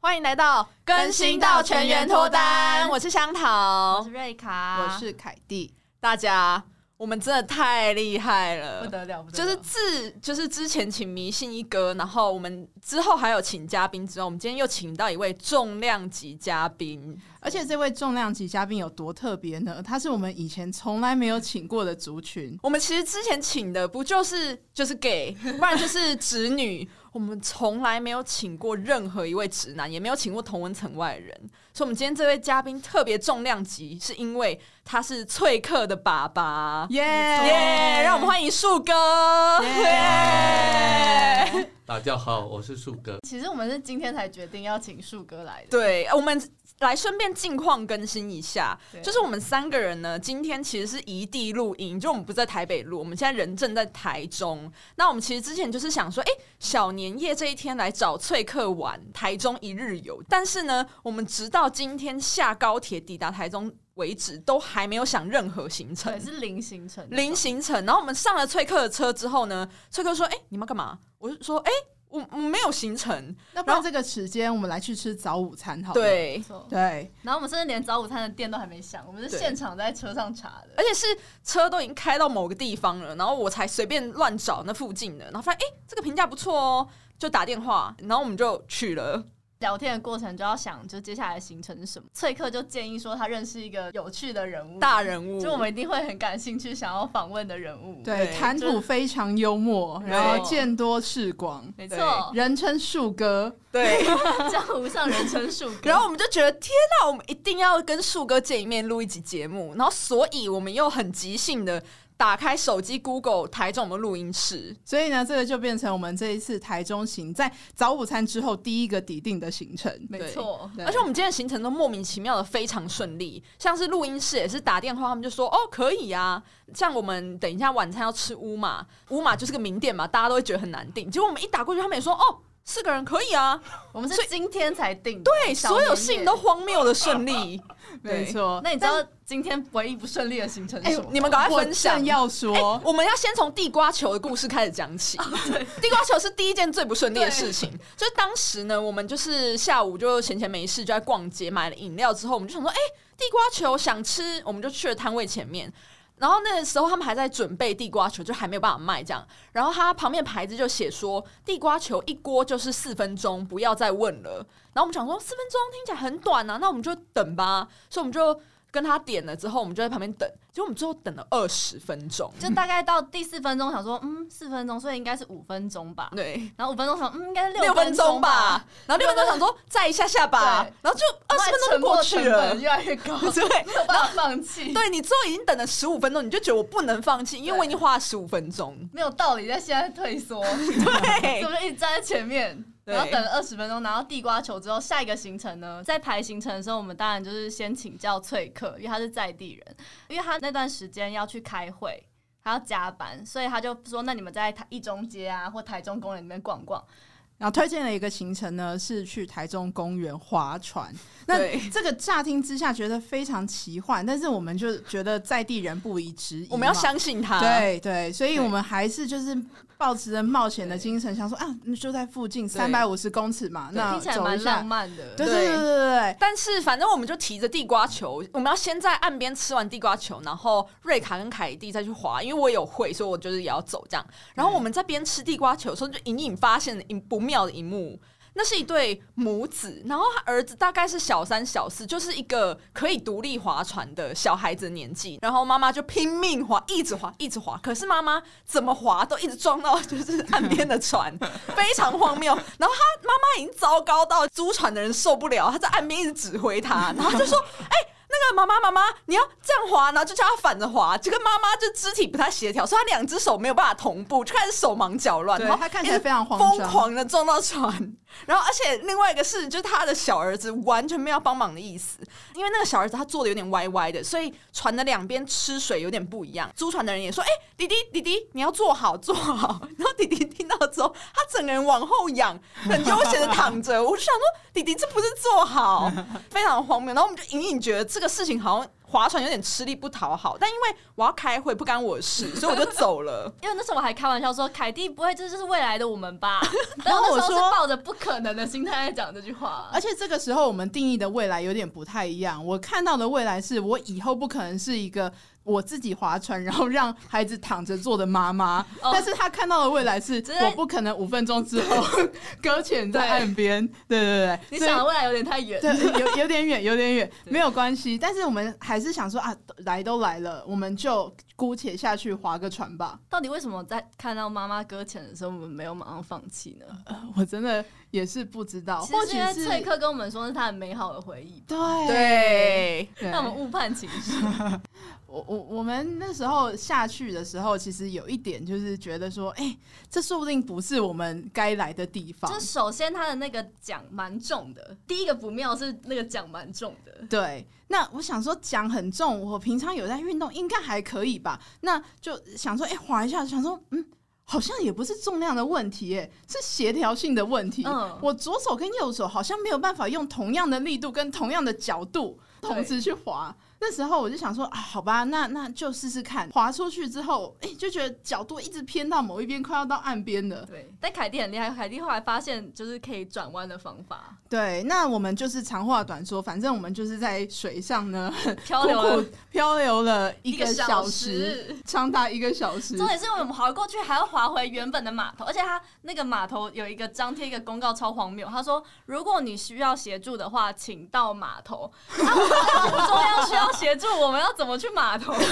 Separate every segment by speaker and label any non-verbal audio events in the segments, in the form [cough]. Speaker 1: 欢迎来到
Speaker 2: 更新到全员脱单
Speaker 1: 我是香
Speaker 2: 我
Speaker 1: 桃
Speaker 2: 是，瑞卡，
Speaker 3: 我是凯蒂，
Speaker 1: 大家，我们真的太厉害了
Speaker 2: 不。得了，不得
Speaker 1: 就
Speaker 2: 了
Speaker 1: 是自就是之前请迷信一哥，然后我们之后还有请嘉宾之后，我们今天又请到一位重量级嘉宾，
Speaker 3: 而且这位重量级嘉宾有多特别呢？他是我们以前从来没有请过的族群，
Speaker 1: 我们其实之前请的不就是就是 gay，不然就是直女， [laughs] 我们从来没有请过任何一位直男，也没有请过同文层外的人，所以我们今天这位嘉宾特别重量级，是因为他是翠克的爸爸，耶、
Speaker 3: 耶
Speaker 1: 让我们欢迎树哥，耶、
Speaker 4: 大家好，我是树哥。
Speaker 2: 其实我们是今天才决定要请树哥来的，
Speaker 1: 对，呃我们来顺便近况更新一下
Speaker 2: 对，
Speaker 1: 就是我们三个人呢，今天其实是异地录音，就我们不在台北录，我们现在人正在台中。那我们其实之前就是想说，哎、小年夜这一天来找翠克玩台中一日游，但是呢，我们直到今天下高铁抵达台中为止，都还没有想任何行程
Speaker 2: 对，。是零行程，
Speaker 1: 零，行程，然后我们上了翠克的车之后呢，翠克说：“哎、你们要干嘛？”我就说：“哎、我我没有行程。
Speaker 3: 那不然这个时间我们来去吃早午餐好”了。
Speaker 1: 对
Speaker 2: 没，错。
Speaker 3: 对，
Speaker 2: 然后我们甚至连早午餐的店都还没想，我们是
Speaker 1: 对哎
Speaker 2: 现场在车上查的，
Speaker 1: 而且是车都已经开到某个地方了，然后我才随便乱找那附近的，然后发现哎、诶这个评价不错哦，就打电话，然后我们就去了。
Speaker 2: 聊天的过程就要想，就接下来的行程是什么。翠克就建议说，他认识一个有趣的人物，
Speaker 1: 大人物，
Speaker 2: [laughs] 就我们一定会很感兴趣，想要访问的人物。
Speaker 3: 对，
Speaker 1: 对
Speaker 3: 谈
Speaker 2: 就
Speaker 3: 吐非常幽默，
Speaker 2: 对
Speaker 3: 然后见多识广，
Speaker 2: 没错，
Speaker 3: 人称树哥。
Speaker 1: 对，
Speaker 2: [laughs] 江湖上人称树哥。
Speaker 1: 然后我们就觉得天呐，我们一定要跟树哥见一面，录一集节目。然后，所以我们又很即兴的打开手机 Google 台中我们录音室，
Speaker 3: 所以呢，这个就变成我们这一次台中行在早午餐之后第一个抵定的行程。
Speaker 2: 没错，
Speaker 3: 对
Speaker 1: 而且我们今天的行程都莫名其妙的非常顺利，像是录音室也是打电话，他们就说哦可以啊。像我们等一下晚餐要吃乌马，乌马就是个名店嘛，大家都会觉得很难订。结果我们一打过去，他们也说哦四个人可以啊。
Speaker 2: 我们
Speaker 1: 所
Speaker 2: 是
Speaker 1: 以
Speaker 2: 今天才定的，
Speaker 1: 对，
Speaker 2: 小
Speaker 1: 所有
Speaker 2: 年
Speaker 1: 事情
Speaker 2: 夜
Speaker 1: 都荒谬的顺利。
Speaker 3: 没错。
Speaker 2: 那你知道今天唯一不顺利的行程
Speaker 3: [laughs]
Speaker 2: 是
Speaker 3: 哎
Speaker 2: 什么吗？
Speaker 1: 你们赶快
Speaker 3: 我
Speaker 1: 分享
Speaker 3: 正。要说，
Speaker 1: 哎我们要先从地瓜球的故事开始讲起。地瓜球是第一件最不顺利的事情，就是当时呢，我们就是下午就闲闲没事，就在逛街买了饮料之后，我们就想说，哎、地瓜球想吃，我们就去了摊位前面。然后那个时候他们还在准备地瓜球，就还没有办法卖这样。然后它旁边牌子就写说，地瓜球一锅就是四分钟，不要再问了。然后我们想说，四分钟听起来很短啊，那我们就等吧。所以我们就跟他点了之后，我们就在旁边等。结果我们最后等了二十分钟，
Speaker 2: 就大概到第四分钟，想说嗯，四分钟，所以应该是五分钟吧。
Speaker 1: 对，
Speaker 2: 然后五分钟想，嗯，应该是
Speaker 1: 六分
Speaker 2: 分
Speaker 1: 钟
Speaker 2: 吧
Speaker 1: 吧。，啊然后六分钟想说再一下下吧
Speaker 2: 对，
Speaker 1: 然后就二十分钟
Speaker 2: 沉
Speaker 1: 就过
Speaker 2: 默
Speaker 1: 去
Speaker 2: 成
Speaker 1: 了
Speaker 2: 本。越来越高，
Speaker 1: [laughs] 对
Speaker 2: 没有办法放弃。
Speaker 1: [laughs] 对，你最后已经等了十五分钟，你就觉得我不能放弃，因为我已经花了十五分钟。 [laughs]
Speaker 2: 没有道理，在现在退 [laughs] 缩，所以
Speaker 1: 对
Speaker 2: 我，就一直站在前面，
Speaker 1: 对
Speaker 2: 然后等了二十分钟，拿到地瓜球之后，下一个行程呢，在排行程的时候，我们当然就是先请教翠克，因为他是在地人，因为他那段时间要去开会，他要加班，所以他就说，那你们在台一中街啊或台中公园里面逛逛，
Speaker 3: 然后推荐了一个行程呢，是去台中公园划
Speaker 2: [laughs]
Speaker 3: 船。那
Speaker 1: 对
Speaker 3: 这个乍听之下觉得非常奇幻，但是我们就觉得在地人不宜质疑嘛，
Speaker 1: 我们要相信
Speaker 2: 啊
Speaker 1: 他。
Speaker 3: 对对，所以我们还是就是抱持着冒险的精神，想说啊，那就在附近三百五十公尺嘛，那
Speaker 2: 听起来
Speaker 3: 走一
Speaker 2: 蛮浪
Speaker 3: 下。
Speaker 2: 漫的。
Speaker 3: 对对对对对对，
Speaker 1: 但是反正我们就提着地瓜球，我们要先在岸边吃完地瓜球，然后瑞卡跟凯蒂再去滑，因为我有会，所以我就是也要走这样。然后我们在边吃地瓜球的时候，就隐隐发现了一不妙的一幕。那是一对母子，然后他儿子大概是小三小四，就是一个可以独立划船的小孩子的年纪。然后妈妈就拼命划，一直划，一直划。可是妈妈怎么划都一直撞到就是岸边的船，非常荒谬。然后他妈妈已经糟糕到租船的人受不了，他在岸边一直指挥他，然后就说：“哎、那个妈妈妈妈，你要这样滑，然后就叫他反着滑。”结果妈妈就肢体不太协调，所以他两只手没有办法同步，就开始手忙脚乱。
Speaker 3: 对
Speaker 1: 然后
Speaker 3: 他看起来非常慌张
Speaker 1: [laughs] 疯狂的撞到船。然后，而且另外一个是，就是他的小儿子完全没有帮忙的意思，因为那个小儿子他坐的有点歪歪的，所以船的两边吃水有点不一样。租船的人也说：“哎、弟弟弟弟，你要坐好坐好。”然后弟弟听到之后，他整个人往后仰，很悠闲的躺着。我就想说，弟弟这不是坐好，非常荒谬。然后我们就隐隐觉得这个事情好像。划船有点吃力不讨好，但因为我要开会不干我的事，所以我就走了。
Speaker 2: 因为那时候我还开玩笑说，凯蒂不会这就是未来的我们吧？
Speaker 3: [laughs] 然
Speaker 2: 然
Speaker 3: 后
Speaker 2: 后
Speaker 3: 我
Speaker 2: 那时候是
Speaker 3: 说啊
Speaker 2: 抱着不可能的心态在讲这句话。
Speaker 3: 而且这个时候，我们定义的未来有点不太一样。我看到的未来是我以后不可能是一个我自己划船，然后让孩子躺着坐的妈妈。
Speaker 2: 哦
Speaker 3: 但是他看到的未来是
Speaker 2: 真的
Speaker 3: 我不可能五分钟之后 [laughs] 搁浅在岸边。对对对，
Speaker 2: 你
Speaker 3: 所以
Speaker 2: 想的未来有点太远。
Speaker 3: 对，有有点远，有点
Speaker 2: [laughs]
Speaker 3: 远，没有关系。但是我们还是想说啊，来都来了，我们就姑且下去划个船吧。
Speaker 2: 到底为什么在看到妈妈搁浅的时候，我们没有马上放弃呢？
Speaker 3: 我真的也是不知道，
Speaker 2: 其
Speaker 3: 哦或
Speaker 2: 实是
Speaker 3: 许
Speaker 2: 因为
Speaker 3: 是
Speaker 2: 翠克跟我们说是他很美好的回忆，
Speaker 3: 对
Speaker 1: 对，
Speaker 3: 对
Speaker 2: 让我们误判情
Speaker 3: [laughs]
Speaker 2: 绪。
Speaker 3: 我我我们那时候下去的时候，其实有一点就是觉得说，哎、这说不定不是我们该来的地方
Speaker 2: 就。首先他的那个奖蛮重的，第一个不妙是那个奖蛮重的，
Speaker 3: 对，那我想说桨很重，我平常有在运动，应该还可以吧？那就想说，哎、划一下，想说，嗯，好像也不是重量的问题、哎，是协调性的问题。
Speaker 2: 嗯
Speaker 3: 我左手跟右手好像没有办法用同样的力度跟同样的角度
Speaker 2: 对
Speaker 3: 同时去划。那时候我就想说啊，好吧，那那就试试看。划出去之后，哎、就觉得角度一直偏到某一边，快要到岸边了。
Speaker 2: 对。但凯蒂很厉害，凯蒂后来发现就是可以转弯的方法，
Speaker 3: 对，那我们就是长话短说，反正我们就是在水上呢
Speaker 2: 漂流
Speaker 3: 苦
Speaker 2: 了
Speaker 3: 苦漂流了一
Speaker 2: 一
Speaker 3: 个
Speaker 2: 个
Speaker 3: 小
Speaker 2: 小
Speaker 3: 时，
Speaker 2: 时。
Speaker 3: 长达一个小时
Speaker 2: 重。点是我们划过去还要划回原本的码头，而且他那个码头有一个张贴一个公告超荒谬，他说如果你需要协助的话，请到码头。啊，我们中央需要协助，我们要怎么去码头？
Speaker 1: 如
Speaker 2: 如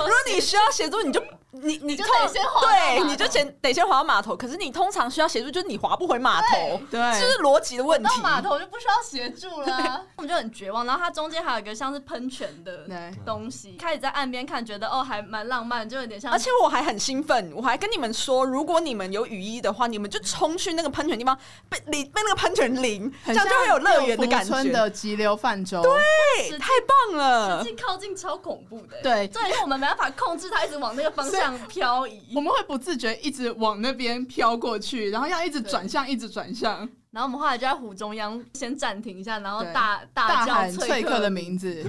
Speaker 1: 果你需要协助，你就你你
Speaker 2: 就
Speaker 1: 通
Speaker 2: 得先滑到码
Speaker 1: 对，
Speaker 2: 头
Speaker 1: 你就先得先滑到码头。可是你通常需要协助，就是你滑不回码头，哎
Speaker 3: 对，
Speaker 1: 这就是逻辑的问题
Speaker 2: 到。码头就不需要协助了啊、我们就很绝望。然后它中间还有一个像是喷泉的
Speaker 3: 对
Speaker 2: 东西，开始在岸边看，觉得哦还蛮浪漫，就有点像。
Speaker 1: 而且我还很兴奋，我还跟你们说，如果你们有雨衣的话，你们就冲去那个喷泉地方，被淋被那个喷泉淋，这
Speaker 3: 很
Speaker 1: 样
Speaker 3: 像
Speaker 1: 就会有乐园
Speaker 3: 六福
Speaker 1: 感
Speaker 3: 村
Speaker 1: 觉。
Speaker 3: 的急流泛舟。
Speaker 1: 对，太棒了
Speaker 2: 实！际靠近超恐怖的、
Speaker 3: 对
Speaker 2: 对，因为我们没办法控制它一直往那个方向漂移
Speaker 3: 我。们会不自觉一直往那边飘过去，然后要一直转向，一直转向，
Speaker 2: 然后我们后来就在湖中央先暂停一下，然后
Speaker 3: 对
Speaker 2: 大
Speaker 3: 大
Speaker 2: 叫
Speaker 3: 喊
Speaker 2: 翠
Speaker 3: 翠
Speaker 2: 克
Speaker 3: 克的，名字。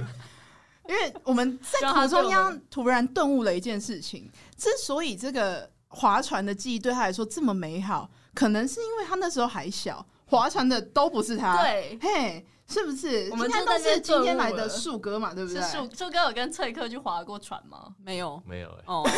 Speaker 3: 因为我们在
Speaker 2: 让他
Speaker 3: 途中
Speaker 2: 对我
Speaker 3: 央
Speaker 2: 们
Speaker 3: 突然顿悟了一件事情，之所以这个划船的记忆对他来说这么美好，可能是因为他那时候还小，划船的都不是他。
Speaker 2: 对。
Speaker 3: 嘿，是不是？
Speaker 2: 我们
Speaker 3: 应该
Speaker 2: 就在
Speaker 3: 都
Speaker 2: 那边
Speaker 3: 是今天
Speaker 2: 顿悟
Speaker 3: 来
Speaker 2: 了
Speaker 3: 的树哥嘛，对不
Speaker 2: 是
Speaker 3: 对？
Speaker 2: 树树哥有跟翠克去划过船吗？
Speaker 1: 没有
Speaker 4: 没有哎、
Speaker 1: 哦，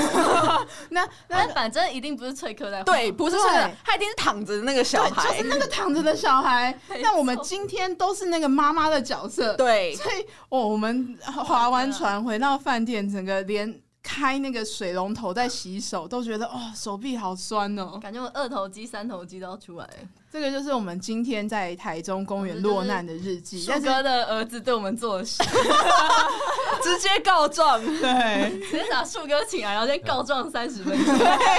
Speaker 3: 那那
Speaker 2: 但反正一定不是翠克在划
Speaker 1: 对，不是这个
Speaker 3: 对，
Speaker 1: 他一定是躺着的那个小
Speaker 3: 对，
Speaker 1: 孩
Speaker 3: 就是。那个躺着的小孩。
Speaker 2: [laughs] 没
Speaker 3: 那我们
Speaker 2: 错
Speaker 3: 今天都是那个妈妈的角色，
Speaker 1: 对，
Speaker 3: 所以哦，我们划完船回到饭店，整个连开那个水龙头在洗手，都觉得哦，手臂好酸哦。
Speaker 2: 感觉我二头肌、三头肌都要出来了。
Speaker 3: 这个就是我们今天在台中公园
Speaker 2: 我们就是
Speaker 3: 落难的日记。
Speaker 2: 树
Speaker 3: 但是
Speaker 2: 哥的儿子对我们做的事，
Speaker 1: 直接告状，
Speaker 2: [laughs]
Speaker 3: 对，
Speaker 2: 直接把树哥请来，然后先告状三十分钟。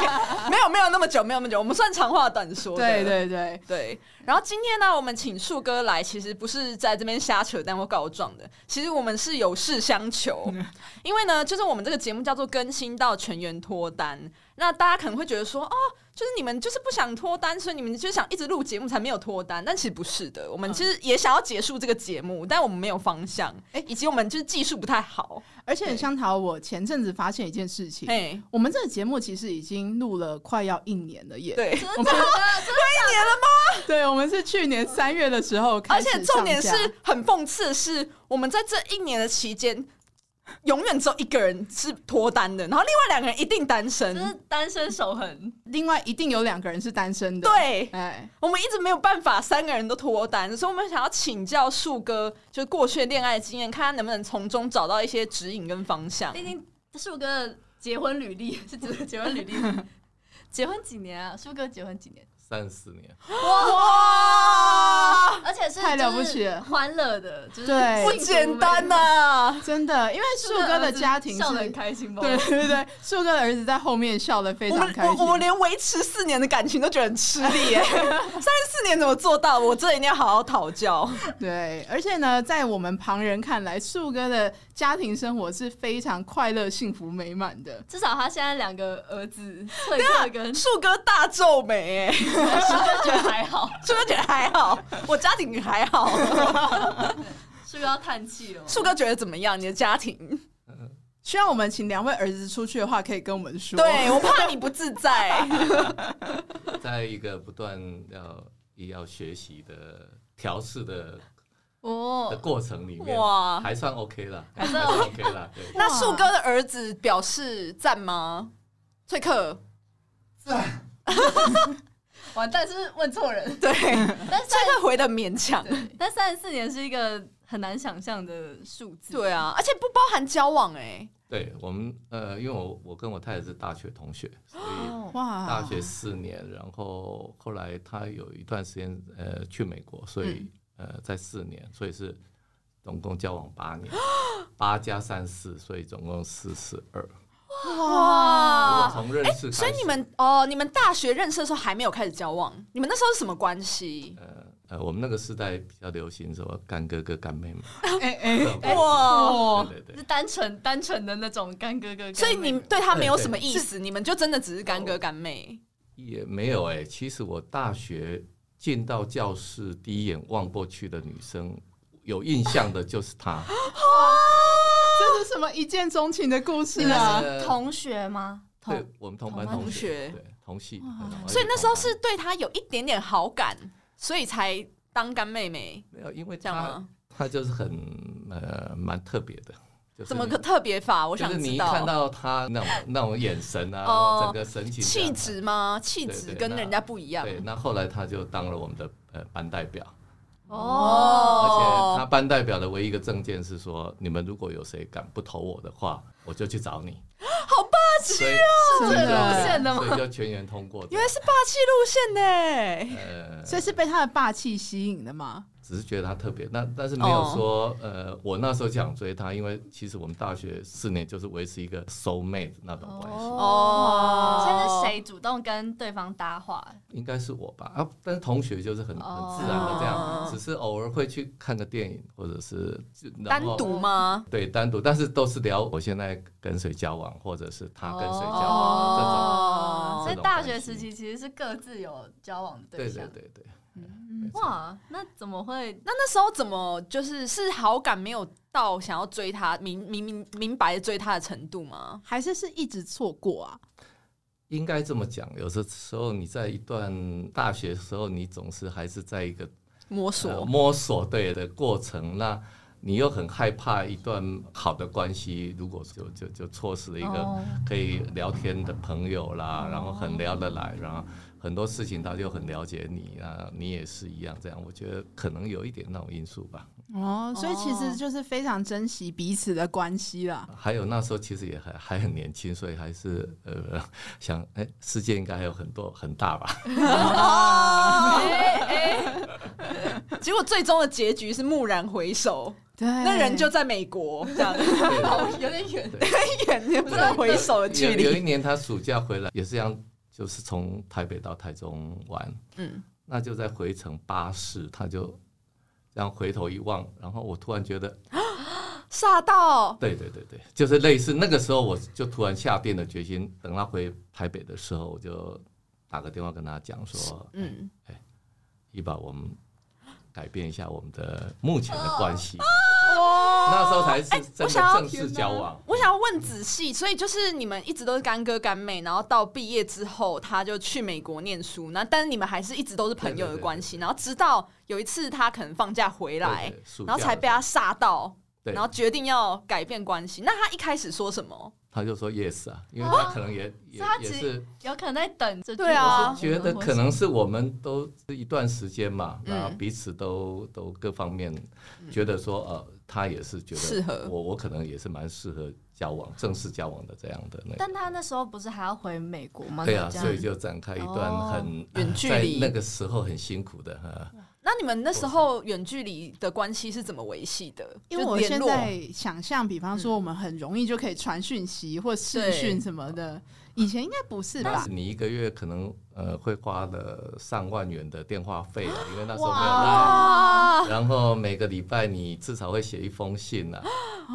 Speaker 3: [laughs]
Speaker 1: 没有没有那么久，没有那么久，我们算长话短说的。
Speaker 3: 对对对，
Speaker 1: 对，然后今天呢，我们请树哥来，其实不是在这边瞎扯淡或告状的，其实我们是有事相求。 [laughs] 因为呢，就是我们这个节目叫做更新到全员脱单，那大家可能会觉得说，哦，就是你们就是不想脱单，所以你们就是想一直录节目才没有脱单，但其实不是的，我们其实也想要结束这个节目，但我们没有方向，
Speaker 3: 哎
Speaker 1: 以及我们就是技术不太好，
Speaker 3: 而且香桃，我前阵子发现一件事情，
Speaker 1: 哎，
Speaker 3: 我们这个节目其实已经录了快要一年了耶。
Speaker 1: 对。
Speaker 2: 真的，
Speaker 3: 对，我们是去年三月的时候开
Speaker 1: 而
Speaker 3: 始
Speaker 1: 且重点是
Speaker 3: 上架
Speaker 1: 很讽刺的是，我们在这一年的期间，永远只有一个人是脱单的，然后另外两个人一定单
Speaker 2: 这
Speaker 1: 身
Speaker 2: 是。单身守恒。
Speaker 3: 另外一定有两个人是单身的。，
Speaker 1: 对
Speaker 3: 哎，
Speaker 1: 我们一直没有办法三个人都脱单，所以我们想要请教树哥，就是过去的恋爱经验，看他能不能从中找到一些指引跟方向
Speaker 3: 哎
Speaker 2: 毕。竟树哥的结婚履历是指结婚履历，结婚几年啊？树哥结婚几年？
Speaker 4: 三十四年，
Speaker 1: 哇，
Speaker 2: 而且是
Speaker 3: 太了
Speaker 2: 就是
Speaker 3: 不起了
Speaker 2: 欢乐的，就是
Speaker 3: 对
Speaker 1: 不
Speaker 2: 幸福
Speaker 1: 简单
Speaker 3: 啊
Speaker 1: 啊
Speaker 2: 美满
Speaker 1: 呐、
Speaker 3: 真的，因为树哥的家庭
Speaker 2: 树哥儿子笑得很
Speaker 3: 是。
Speaker 2: 开心吧？ [laughs]
Speaker 3: 对对对，树哥的儿子在后面笑得非
Speaker 1: 我
Speaker 3: 常
Speaker 1: 们
Speaker 3: 开
Speaker 1: 我
Speaker 3: 心。
Speaker 1: 我连维持四年的感情都觉得很吃力
Speaker 3: [laughs]
Speaker 1: 耶、三十四年怎么做到？我这一定要好好讨教。
Speaker 3: 对，而且呢，在我们旁人看来，树哥的家庭生活是非常快乐、幸福、美满的。
Speaker 2: 至少他现在两个儿子翠克跟树
Speaker 1: 树哥大皱眉、哎。 [laughs]
Speaker 2: 哥觉得还好，
Speaker 1: 是不是觉得还好？我家庭还好，
Speaker 2: 树树要叹气了吗？
Speaker 1: 树哥觉得怎么样？你的家庭？
Speaker 3: 需要我们请两位儿子出去的话，可以跟我们说。
Speaker 1: 对我怕你不自 [laughs] 在。
Speaker 4: 在一个不断要也要学习的调试的的
Speaker 2: [laughs]
Speaker 4: [laughs]
Speaker 2: 哦，
Speaker 4: 过程里面，
Speaker 1: 哇哦
Speaker 4: 还算 OK 了，还算 OK 了，对。
Speaker 1: [laughs] 那树哥的儿子表示赞吗？翠克，
Speaker 2: 完蛋，是不是问错人？
Speaker 1: [laughs] 对，翠
Speaker 2: [laughs] 但是
Speaker 1: 克回的勉强。
Speaker 2: 对但三十四年是一个很难想象的数字。
Speaker 1: 对啊，而且不包含交往哎、
Speaker 4: 对我们呃，因为我我跟我太太是大学同学，所以
Speaker 1: 哦，
Speaker 3: 哇，
Speaker 4: 大学四年，然后后来她有一段时间呃去美国，所以、
Speaker 1: 嗯
Speaker 4: 呃在四年，所以是总共交往八年，八加三四，所以总共四十二。我
Speaker 1: 哇
Speaker 4: 从认识开始，
Speaker 1: 所以你们哦，你们大学认识的时候还没有开始交往，你们那时候是什么关系？
Speaker 4: 呃呃，我们那个时代比较流行什么干哥哥干妹妹，
Speaker 3: 哎
Speaker 4: 这
Speaker 3: 哎，
Speaker 4: 种
Speaker 1: 哇！
Speaker 4: 对对
Speaker 2: [laughs] 是
Speaker 4: 对，
Speaker 2: 单纯单纯的那种干哥哥干妹妹。
Speaker 1: 所以你对哦他没有什么意思，你们就真的只是干哥干妹。
Speaker 4: 也没有哎、其实我大学进到教室第一眼望过去的女生，有印象的就是她。
Speaker 3: 这是什么一见钟情的故事
Speaker 2: 你
Speaker 3: 啊？
Speaker 4: 呃
Speaker 2: 们是同学吗？
Speaker 4: 对
Speaker 2: 同，
Speaker 4: 我们同
Speaker 2: 同
Speaker 4: 班
Speaker 2: 班
Speaker 4: 同
Speaker 1: 同
Speaker 4: 学，
Speaker 1: 学
Speaker 4: 对，同系
Speaker 3: 哇，
Speaker 4: 嗯
Speaker 1: 所以那时候是
Speaker 4: 同
Speaker 1: 对他有一点点好感，所以才当干妹妹，
Speaker 4: 班没有，因为
Speaker 1: 这样
Speaker 4: 她
Speaker 1: 吗？
Speaker 4: 她就是很呃蛮特别的，就是
Speaker 1: 怎么
Speaker 4: 你
Speaker 1: 个特别法？我
Speaker 4: 就
Speaker 1: 想
Speaker 4: 是你
Speaker 1: 知
Speaker 4: 一
Speaker 1: 道
Speaker 4: 看。到她那种那种眼神啊，然
Speaker 1: 哦
Speaker 4: 后整个神情这
Speaker 1: 气啊
Speaker 4: 样
Speaker 1: 质吗？气质
Speaker 4: 对对
Speaker 1: 跟
Speaker 4: 那
Speaker 1: 人家不一样。
Speaker 4: 对，那后来她就当了我们的呃班代表，而且她
Speaker 1: 哦，
Speaker 4: 班代表的唯一一个证件是说，你们如果有谁敢不投我的话，我就去找你。
Speaker 1: 好霸气！
Speaker 4: 所以
Speaker 3: 真
Speaker 4: 所以就
Speaker 3: 的
Speaker 2: 路线的吗
Speaker 4: 所以就全员通过的。
Speaker 1: 原来是霸气路线呢。
Speaker 4: 呃，
Speaker 3: 所以是被他的霸气吸引的吗？
Speaker 4: 只是觉得他特别，那但是没有说、呃，我那时候想追他，因为其实我们大学四年就是维持一个 soul mate 那种
Speaker 2: 哦
Speaker 4: 关系，
Speaker 1: 哦
Speaker 2: 现在是谁主动跟对方搭话？
Speaker 4: 应该是我吧啊，但是同学就是很
Speaker 2: 哦
Speaker 4: 很自然的这样，
Speaker 1: 哦
Speaker 4: 只是偶尔会去看个电影或者是就然
Speaker 1: 单
Speaker 4: 后
Speaker 1: 独吗？
Speaker 4: 对单独，但是都是聊我现在跟谁交往，或者是他啊跟谁交往，
Speaker 1: 哦
Speaker 2: 所以大学时期其实是各自有交往的
Speaker 4: 对
Speaker 2: 象
Speaker 4: 对。对对，
Speaker 2: 哇，那怎么会？
Speaker 1: 那那时候怎么就是是好感没有到想要追他明明明明白地追他的程度吗？
Speaker 3: 还是是一直错过啊？
Speaker 4: 应该这么讲，有的时候你在一段大学的时候，你总是还是在一个
Speaker 1: 摸
Speaker 4: 呃
Speaker 1: 索
Speaker 4: 摸索对的过程，那你又很害怕一段好的关系，如果就就就错失了一个 [laughs]
Speaker 2: 哦
Speaker 4: 可以聊天的朋友
Speaker 1: 哦
Speaker 4: 啦，然后很聊得来，然后很多事情他就很了解你啊，你也是一样这样，我觉得可能有一点那种因素吧。
Speaker 3: 哦，所以其实就是非常珍惜彼此的关系啦。
Speaker 4: 还有那时候其实也还还很年轻，所以还是呃 [laughs] 想，哎，世界应该还有很多很大吧？
Speaker 1: 哦，
Speaker 4: 呃
Speaker 1: [laughs]
Speaker 2: 哎哎，
Speaker 1: 结果最终的结局是蓦然回首，
Speaker 3: 对，
Speaker 1: 那人就在美国，这
Speaker 4: [laughs]
Speaker 1: 样
Speaker 4: 对
Speaker 2: 好有点远。
Speaker 1: 很远也不能回首的距
Speaker 4: 有有
Speaker 1: 离。
Speaker 4: 一年他暑假回来也是这样，就是从台北到台中玩，
Speaker 1: 嗯，
Speaker 4: 那就在回程巴士，他就这样回头一望，然后我突然觉得，
Speaker 1: 吓到
Speaker 4: 对对对对，就是类似那个时候，我就突然下定了决心，等他回台北的时候，我就打个电话跟他讲说，
Speaker 1: 嗯，
Speaker 4: 一把我们改变一下我们的目前的关系，
Speaker 1: 哦
Speaker 4: 那时候才是真
Speaker 1: 我
Speaker 4: 的
Speaker 1: 想要
Speaker 4: 正式交往。
Speaker 1: 我想要问仔细，所以就是你们一直都是干哥干妹，然后到毕业之后他就去美国念书，那但是你们还是一直都是朋友的关系，然后直到有一次他可能放假回来
Speaker 4: 对，对暑假
Speaker 1: 然后才被他吓到，
Speaker 4: 对
Speaker 1: 然后决定要改变关系。那他一开始说什么？
Speaker 4: 他就说 yes 啊，
Speaker 1: 哦
Speaker 4: 因为他可
Speaker 1: [laughs]
Speaker 4: 能也、
Speaker 2: 所
Speaker 4: 也
Speaker 2: 以他
Speaker 4: 也
Speaker 2: 其
Speaker 4: 是
Speaker 2: 实有可能在等这句
Speaker 1: 对啊
Speaker 2: 我是
Speaker 4: 觉得可能是我们都是一段时间嘛，
Speaker 1: 嗯
Speaker 4: 那、彼此都都各方面觉得说，呃，他也是觉得
Speaker 1: 适合
Speaker 4: 我，我可能也是蛮适合交往、正式交往的这样的那个。
Speaker 2: 但他那时候不是还要回美国吗？
Speaker 4: 对啊，
Speaker 2: 这样
Speaker 4: 所以就展开一段很
Speaker 1: 哦
Speaker 4: 呃
Speaker 1: 远距
Speaker 4: 在
Speaker 1: 离
Speaker 4: 那个时候很辛苦的哈。
Speaker 1: 那你们那时候远距离的关系是怎么维系的？
Speaker 3: 因为我
Speaker 1: 就联
Speaker 3: 现
Speaker 1: 络
Speaker 3: [laughs] 在想象，比方说我们很容易就可以传讯息或视讯什么的，以前应该不是
Speaker 4: 但
Speaker 3: 吧
Speaker 4: 是？你一个月可能呃会花了上万元的电话
Speaker 3: [gasps]
Speaker 4: 费啊，因为那时候没有
Speaker 3: 哇
Speaker 4: 拉。
Speaker 1: 啊，
Speaker 4: 然后每个礼拜你至少会写一封信啊，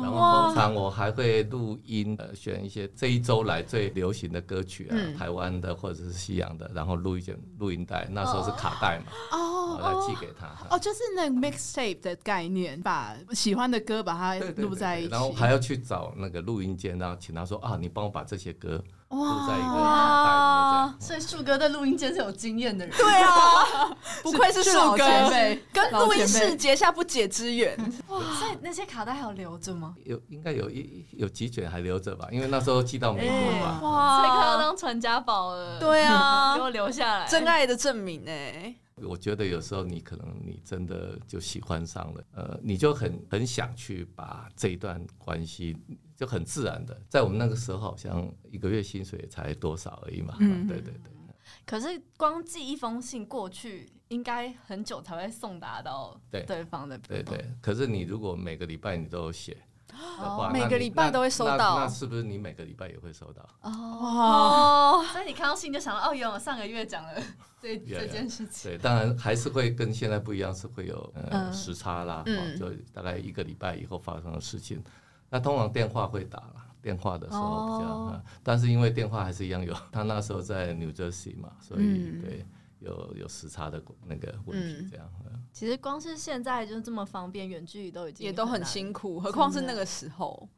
Speaker 4: 然后通常我还会录音，呃，选一些这一周来最流行的歌曲啊，
Speaker 1: 嗯
Speaker 4: 台湾的或者是西洋的，然后录一卷录音带，那时候是卡带嘛，
Speaker 3: 哦，
Speaker 4: 然后来寄给他。
Speaker 3: 哦，就是那个 mixtape 的概念，把喜欢的歌把它
Speaker 4: 对对对
Speaker 3: 哦录在一
Speaker 4: 对
Speaker 3: 起，
Speaker 4: 然后还要去找那个录音间，然后请他说啊，你帮我把这些歌录在一个
Speaker 3: 哇，
Speaker 4: 卡带里面这样。
Speaker 2: 所以树哥在录音间是有经验的人。
Speaker 1: 对啊，不愧是
Speaker 3: 是
Speaker 1: 树
Speaker 3: 老
Speaker 1: 哥
Speaker 3: 前辈，
Speaker 1: 跟
Speaker 3: 老
Speaker 1: 录音
Speaker 3: 前辈
Speaker 1: 室结下不解之
Speaker 3: [laughs]
Speaker 1: 缘。
Speaker 2: 哇，所以那些卡带还有留着吗？
Speaker 4: 有应该有一有几卷还留着吧，因为那时候寄到美国
Speaker 3: 哎
Speaker 4: 吧。
Speaker 2: 所以快
Speaker 1: 哇，
Speaker 3: [laughs]
Speaker 2: 要当传家宝了。
Speaker 1: 对啊
Speaker 2: 给，我留下来。
Speaker 1: 真爱的证明哎、
Speaker 4: 我觉得有时候你可能你真的就喜欢上了，呃，你就很很想去把这一段关系就很自然的，在我们那个时候好像一个月薪水才多少而已嘛，
Speaker 1: 嗯
Speaker 4: 对对对。
Speaker 2: [laughs] 可是光寄一封信过去，应该很久才会送达到
Speaker 4: 对
Speaker 2: 对方的。
Speaker 4: 对对，可是你如果每个礼拜你都有写的话，
Speaker 2: 哦
Speaker 4: 那
Speaker 1: 每个
Speaker 4: 你
Speaker 1: 礼拜
Speaker 4: 那
Speaker 1: 都会收
Speaker 4: 那
Speaker 1: 到
Speaker 4: 那是不是你每个礼拜也会收到？
Speaker 2: 哦，
Speaker 3: 哇，
Speaker 2: 所以你看到信就想到，哦，原来我上个月
Speaker 4: [laughs]
Speaker 2: 讲了这
Speaker 4: 原来
Speaker 2: 这件事情。
Speaker 4: 对，当然还是会跟现在不一样，是会有呃
Speaker 1: 嗯
Speaker 4: 时差啦，
Speaker 1: 嗯
Speaker 4: 哦，就大概一个礼拜以后发生的事情。那通常电话会打啦，电话的时候比较，
Speaker 2: 哦
Speaker 4: 呃但是因为电话还是一样有，他那时候在 New Jersey 嘛，所以、
Speaker 1: 嗯
Speaker 4: 对有有时差的那个问题
Speaker 1: 嗯
Speaker 4: 这样。呃
Speaker 2: 其实光是现在就这么方便，远距离都已经
Speaker 1: 也都很
Speaker 2: 难
Speaker 1: 辛苦，何况是那个时候。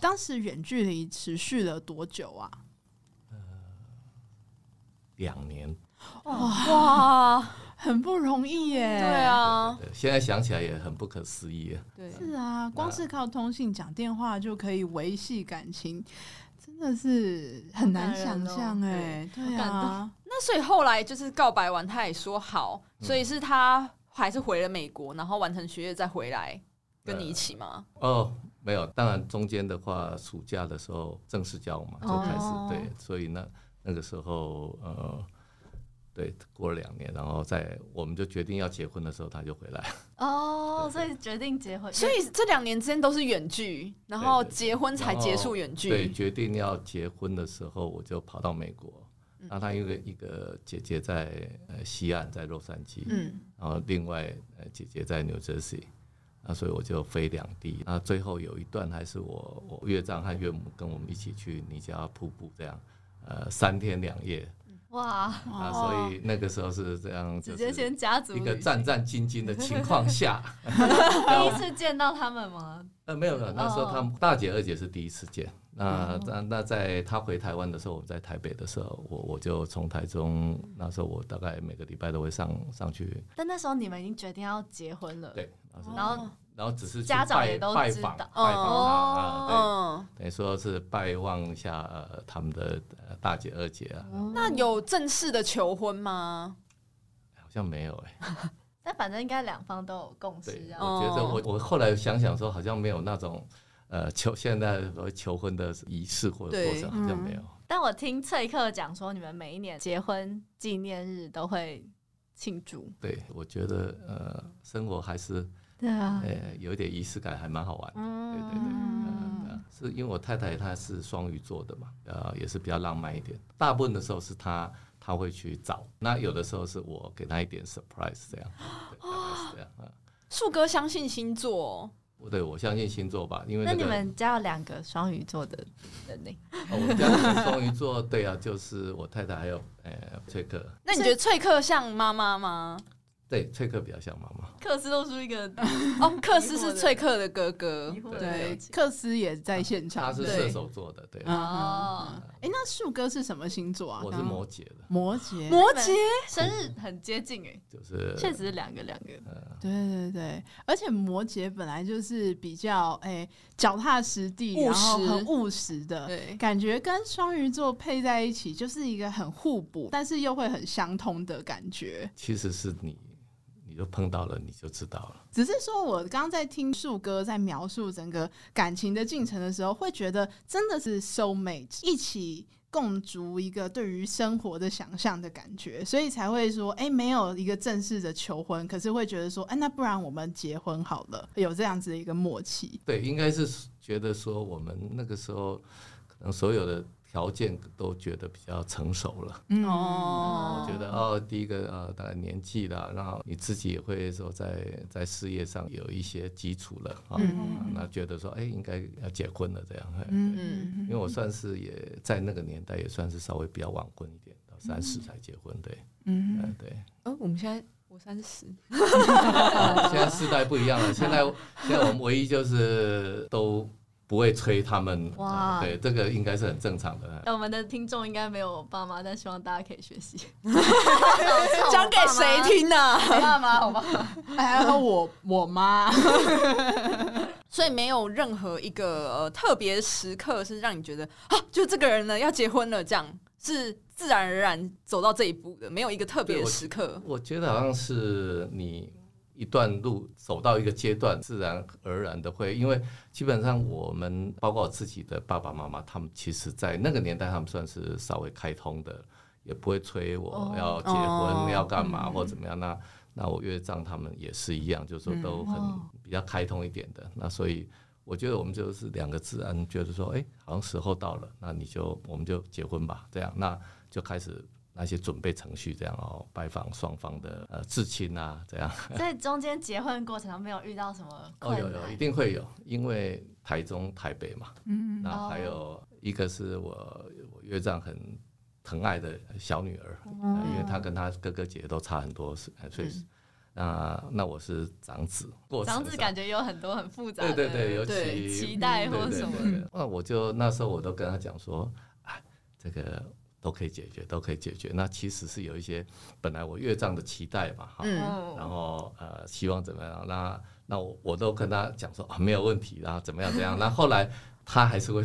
Speaker 3: 当时远距离持续了多久啊？
Speaker 4: 两年，
Speaker 1: [laughs] 哇，
Speaker 3: 很不容易耶。
Speaker 1: [laughs] 对，啊，
Speaker 4: 对，现在想起来也很不可思议啊。
Speaker 1: 对，
Speaker 3: 是啊，光是靠通信讲电话就可以维系感情，真的是很难想象哎。对啊，
Speaker 1: 那所以后来就是告白完，他也说好，
Speaker 4: 嗯
Speaker 1: 所以是他还是回了美国，然后完成学业再回来跟你一起吗？
Speaker 4: 哦，没有，当然中间的话，暑假的时候正式交往嘛，就开始、
Speaker 2: 哦
Speaker 4: 对，所以那那个时候呃，对，过了两年，然后在我们就决定要结婚的时候，他就回来。
Speaker 2: 哦，所
Speaker 4: 对
Speaker 2: 以决定结婚。
Speaker 1: 所以这两年之间都是远距，然后
Speaker 4: 对对
Speaker 1: 结婚才结束远
Speaker 4: 对，
Speaker 1: 距。
Speaker 4: 决定要结婚的时候，我就跑到美国。
Speaker 2: 嗯
Speaker 4: 那他有一个一个姐姐在呃西岸，在洛杉矶，
Speaker 1: 嗯，
Speaker 4: 然后另外呃姐姐在 New Jersey，那所以我就飞两地。那最后有一段还是我我岳丈和岳母跟我们一起去尼加瀑布这样，呃三天两夜
Speaker 2: 哇，
Speaker 4: 啊，所以那个时候是这样，
Speaker 2: 直
Speaker 4: 就
Speaker 2: 接
Speaker 4: 是
Speaker 2: 先家族
Speaker 4: 一个
Speaker 2: 旅行
Speaker 4: 战战兢兢的情况下，
Speaker 2: [laughs]
Speaker 4: [laughs]
Speaker 2: 第一次见到他们吗？
Speaker 4: 呃没有没有，那时候他们大姐二姐是第一次见。那
Speaker 2: 哦
Speaker 4: 那那在他回台湾的时候，我们在台北的时候，我我就从台中，那时候我大概每个礼拜都会上上去，
Speaker 2: 但那时候你们已经决定要结婚了，
Speaker 4: 对，然后
Speaker 2: 然后
Speaker 4: 然后只是去
Speaker 2: 家长
Speaker 4: 拜
Speaker 2: 也都
Speaker 4: 拜
Speaker 2: 知
Speaker 4: 访
Speaker 2: 道哦
Speaker 4: 拜访他啊，对，
Speaker 1: 嗯，
Speaker 4: 等于说是拜望一下、呃、他们的、呃、大姐二姐啊，
Speaker 2: 哦
Speaker 1: 那有正式的求婚吗？
Speaker 4: 好像没有哎、
Speaker 2: 但反正应该两方都有共识
Speaker 4: 对，
Speaker 2: 这样。
Speaker 1: 哦
Speaker 4: 我觉得我我后来想想说，好像没有那种呃求现在所谓求婚的仪式或者
Speaker 1: 对
Speaker 4: 过程，好
Speaker 2: 嗯
Speaker 4: 像没有。
Speaker 2: 但我听翠克讲说，你们每一年结婚纪念日都会庆祝，
Speaker 4: 对，我觉得呃生活还是
Speaker 2: 对啊，
Speaker 4: 呃有一点仪式感，还蛮好玩的。对对对。
Speaker 2: 嗯，
Speaker 4: 呃是因为我太太她是双鱼座的嘛，呃，也是比较浪漫一点。大部分的时候是她她会去找，那有的时候是我给她一点 surprise 这样，
Speaker 2: [gasps]
Speaker 4: 对，大概是这样啊。
Speaker 1: 树哥相信星座，
Speaker 4: 我对我相信星座吧，因为
Speaker 2: 那
Speaker 4: 那
Speaker 2: 你
Speaker 4: 个
Speaker 2: 们家有两个双鱼座的人呢？
Speaker 4: 哦我们家是双鱼座，对啊，就是我太太还有呃崔克，
Speaker 1: 那你觉得翠克像妈妈 [laughs] 吗？
Speaker 4: 对崔克比较像妈妈，
Speaker 2: 克斯露出一个
Speaker 1: 哦，克斯是翠克的哥哥
Speaker 2: 疑。惑的表
Speaker 3: 对，
Speaker 2: 情。
Speaker 3: 克斯也在现
Speaker 4: 她
Speaker 3: 场。
Speaker 4: 是
Speaker 3: 对
Speaker 4: 射手座的，对，
Speaker 2: 哦，
Speaker 3: 哎，那树哥是什么星座啊？
Speaker 4: 我是
Speaker 3: 刚刚
Speaker 4: 摩羯的，
Speaker 3: 摩羯，
Speaker 1: 摩羯，
Speaker 2: 生日很接近哎，
Speaker 4: 就是
Speaker 2: 确实是两个两个。
Speaker 4: 嗯
Speaker 3: 对对对，而且摩羯本来就是比较哎脚踏实地，
Speaker 1: 务
Speaker 3: 然后
Speaker 1: 实
Speaker 3: 很务实的，
Speaker 1: 对，
Speaker 3: 感觉跟双鱼座配在一起就是一个很互补，但是又会很相通的感觉。
Speaker 4: 其实是你，你就碰到了你就知道了，
Speaker 3: 只是说，我刚刚在听树哥在描述整个感情的进程的时候，会觉得真的是 soul mate 一起。共筑一个对于生活的想象的感觉，所以才会说，哎、没有一个正式的求婚，可是会觉得说，哎、那不然我们结婚好了，有这样子的一个默契。
Speaker 4: 对，应该是觉得说我们那个时候可能所有的条件都觉得比较成熟了。
Speaker 3: 嗯
Speaker 1: 哦
Speaker 4: 我觉得哦，第一个呃，大概年纪啦，然后你自己也会说在在事业上有一些基础了啊，啊那觉得说哎，应该要结婚了这样，哎
Speaker 3: 嗯
Speaker 4: 对
Speaker 3: 嗯
Speaker 4: 因为我算是也在那个年代也算是稍微比较晚婚一点，到三十才结婚，对，
Speaker 3: 嗯，
Speaker 4: 嗯，对，
Speaker 1: 呃，我们现在
Speaker 5: 我三十，
Speaker 4: [laughs] 现在世代不一样了，现在现在我们唯一就是都不会催他们，
Speaker 2: 哇
Speaker 4: 对，这个应该是很正常的。
Speaker 2: 那我们的听众应该没有我爸妈，但希望大家可以学 [laughs] 习。
Speaker 1: 讲给谁听呢、
Speaker 2: 我爸妈，好不好？
Speaker 4: [laughs]
Speaker 3: 还有我我妈，
Speaker 1: [laughs] 所以没有任何一个呃特别时刻是让你觉得啊，就这个人呢要结婚了，这样是自然而然走到这一步的，没有一个特别的时刻。
Speaker 4: 我觉得好像是你一段路走到一个阶段，自然而然的会，因为基本上我们包括我自己的爸爸妈妈，他们其实在那个年代，他们算是稍微开通的，也不会催我
Speaker 2: 哦嗯
Speaker 4: 要结婚、
Speaker 1: 哦
Speaker 4: 要干嘛或怎么样。那那我岳丈他们也是一样，就是说都很
Speaker 2: 哦
Speaker 4: 比较开通一点的。那所以我觉得我们就是两个自然觉得说，哎、好像时候到了，那你就我们就结婚吧，这样那就开始那些准备程序，这样哦，拜访双方的呃至亲啊，这样
Speaker 2: 在中间结婚过程中没有遇到什么
Speaker 4: 哦
Speaker 2: 困
Speaker 4: 有
Speaker 2: 难？
Speaker 4: 有一定会有，因为台中、台北嘛，
Speaker 3: 嗯，
Speaker 4: 那还有一个是我我岳丈很疼爱的小女儿，呃因为她跟她哥哥姐姐都差很多岁，呃所以是那那我是长子，过程
Speaker 2: 长子
Speaker 4: 上
Speaker 2: 感觉有很多很复杂
Speaker 4: 对
Speaker 2: 的
Speaker 4: 对对，尤
Speaker 2: 对
Speaker 4: 其
Speaker 2: 期待
Speaker 4: 对
Speaker 2: 或
Speaker 4: 对
Speaker 2: 什么
Speaker 4: 对对那我就那时候我都跟他讲说，啊，这个都可以解决，都可以解决。那其实是有一些本来我岳丈的期待嘛，哈，
Speaker 1: 嗯
Speaker 4: 然
Speaker 2: 嗯，
Speaker 4: 后呃，希望怎么样？那那我我都跟他讲说啊，没有问题啦，怎么样怎
Speaker 1: [laughs]
Speaker 4: 么样？那后来他还是会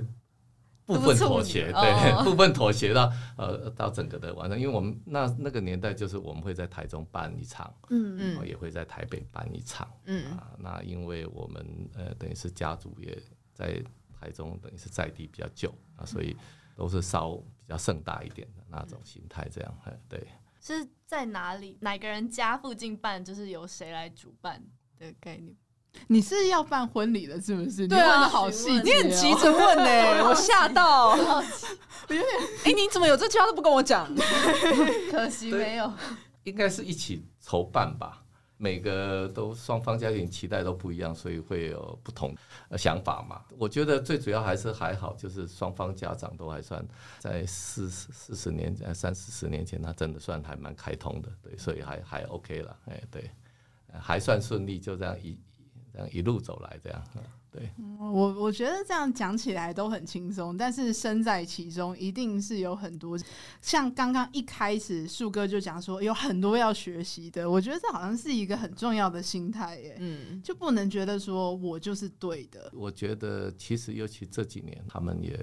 Speaker 4: 部分妥协，
Speaker 2: 督促你哦
Speaker 4: [laughs] 对，部分妥协到呃到整个的晚上，因为我们那那个年代就是我们会在台中办一场，
Speaker 5: 嗯
Speaker 4: 然后
Speaker 1: 嗯
Speaker 4: 也会在台北办一场，
Speaker 1: 嗯
Speaker 4: 啊，那因为我们呃等于是家族也在台中，等于是在地比较久啊，所以都是稍比较盛大一点的那种心态，这样，哎对。
Speaker 2: 是在哪里？哪个人家附近办？就是由谁来主办的概念？
Speaker 3: 你是要办婚礼了是不是？
Speaker 1: 对啊
Speaker 3: 你问的好细节、哦，
Speaker 1: 你很急着问呢、 [laughs] 我吓到。
Speaker 2: 好
Speaker 1: [laughs] 哎、你怎么有这句话都不跟我讲？
Speaker 2: 可惜没有。 [laughs]
Speaker 4: 应该是一起筹办吧。每个都双方家庭期待都不一样，所以会有不同呃想法嘛。我觉得最主要还是还好，就是双方家长都还算在四四十年呃三四十年前，他真的算还蛮开通的，对，所以还还 OK 了，哎，对，呃还算顺利，就这样一这样一路走来这样。嗯
Speaker 3: 哦我我觉得这样讲起来都很轻松，但是身在其中，一定是有很多像刚刚一开始树哥就讲说有很多要学习的，我觉得这好像是一个很重要的心态耶，
Speaker 1: 嗯
Speaker 3: 就不能觉得说我就是对的，
Speaker 4: 我觉得其实尤其这几年，他们也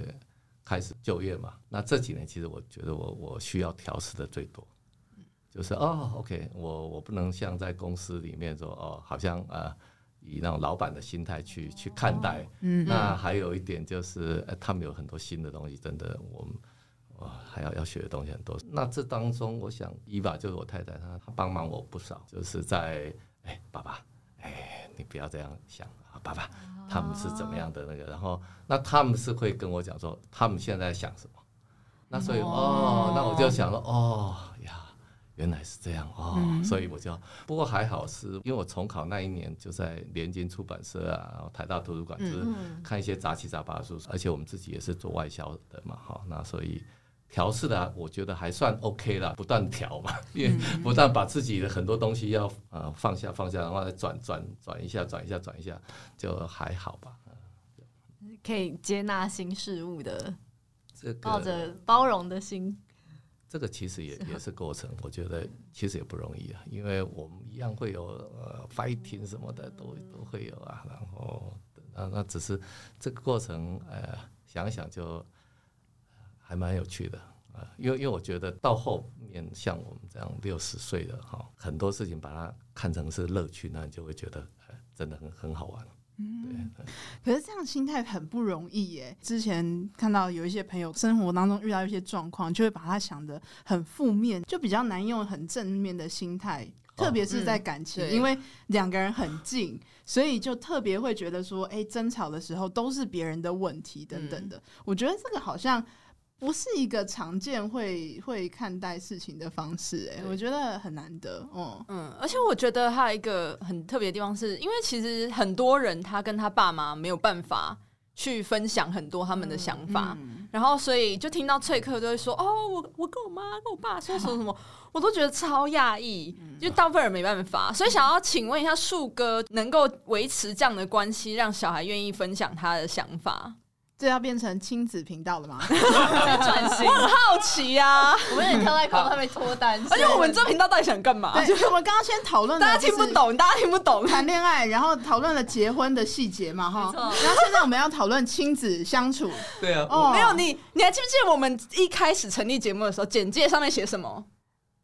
Speaker 4: 开始就业嘛。那这几年其实我觉得我我需要调试的最多，就是哦，OK，我我不能像在公司里面说哦，好像呃以那种老板的心态去去看待。
Speaker 3: 嗯
Speaker 4: 那还有一点就是，呃他们有很多新的东西，真的我们。哇，还要要学的东西很多。那这当中，我想伊娃就是我太太，她她帮忙我不少，就是在哎、爸爸，哎、你不要这样想啊，爸爸，他们是怎么样的那个，然后那他们是会跟我讲说他们现在在想什么，那所以哦那我就想说哦呀，原来是这样哦，所以我就不过还好是因为我重考那一年就在联经出版社啊，然后台大图书馆就是看一些杂七杂八的书，而且我们自己也是做外销的嘛，哈，那所以。调试的啊我觉得还算 OK 啦，不断调嘛，因为不断把自己的很多东西要呃放下放下，然后再转转转一下转一下转一下，就还好吧。
Speaker 2: 可以接纳新事物的，
Speaker 4: 这
Speaker 2: 抱
Speaker 4: 个
Speaker 2: 着包容的心。
Speaker 4: 这个其实也也是过程，我觉得其实也不容易啊，因为我们一样会有呃 fighting 什么的都都会有啊，然后那那只是这个过程呃想一想就还蛮有趣的啊、呃因为因为我觉得到后面像我们这样六十岁的哈、很多事情把它看成是乐趣，那你就会觉得、呃真的很很好玩，对。
Speaker 3: 可是这样心态很不容易耶。之前看到有一些朋友生活当中遇到一些状况，就会把他想的很负面，就比较难用很正面的心态。
Speaker 4: 哦
Speaker 3: 特别是在感情，
Speaker 1: 嗯对
Speaker 3: 因为两个人很近，所以就特别会觉得说，哎、争吵的时候都是别人的问题等等
Speaker 1: 嗯
Speaker 3: 的。我觉得这个好像不是一个常见会会看待事情的方式、哎，
Speaker 1: 对
Speaker 3: 我觉得很难得。哦、
Speaker 1: 嗯，而且我觉得还有一个很特别的地方是，因为其实很多人他跟他爸妈没有办法去分享很多他们的想法。
Speaker 3: 嗯
Speaker 1: 然后，所以就听到翠克就会说：“哦，我我跟我妈跟我爸说什么什么，我都觉得超讶异，
Speaker 3: 嗯
Speaker 1: 就大部分人没办法。所以，想要请问一下树哥，能够维持这样的关系，让小孩愿意分享他的想法？
Speaker 3: 这要变成亲子频道
Speaker 1: [laughs]
Speaker 3: 了吗？
Speaker 2: 转型
Speaker 1: 我，很好奇
Speaker 3: [laughs]
Speaker 1: 啊！
Speaker 2: [laughs] 我们有点跳太快，他没脱单。
Speaker 1: 而且我们这频道到底想干嘛？
Speaker 3: 对，我们刚刚先讨论了
Speaker 1: 大家听不
Speaker 3: 就是
Speaker 1: 懂，大家听不懂。
Speaker 3: 谈恋爱，然后讨论了结婚的细节嘛，哈。
Speaker 2: 没错
Speaker 3: 然后现在我们要讨论亲子相
Speaker 1: [laughs]
Speaker 3: 处，
Speaker 4: 对啊，
Speaker 3: 哦
Speaker 1: 没有你，你还记不记得我们一开始成立节目的时候，简介上面写什么？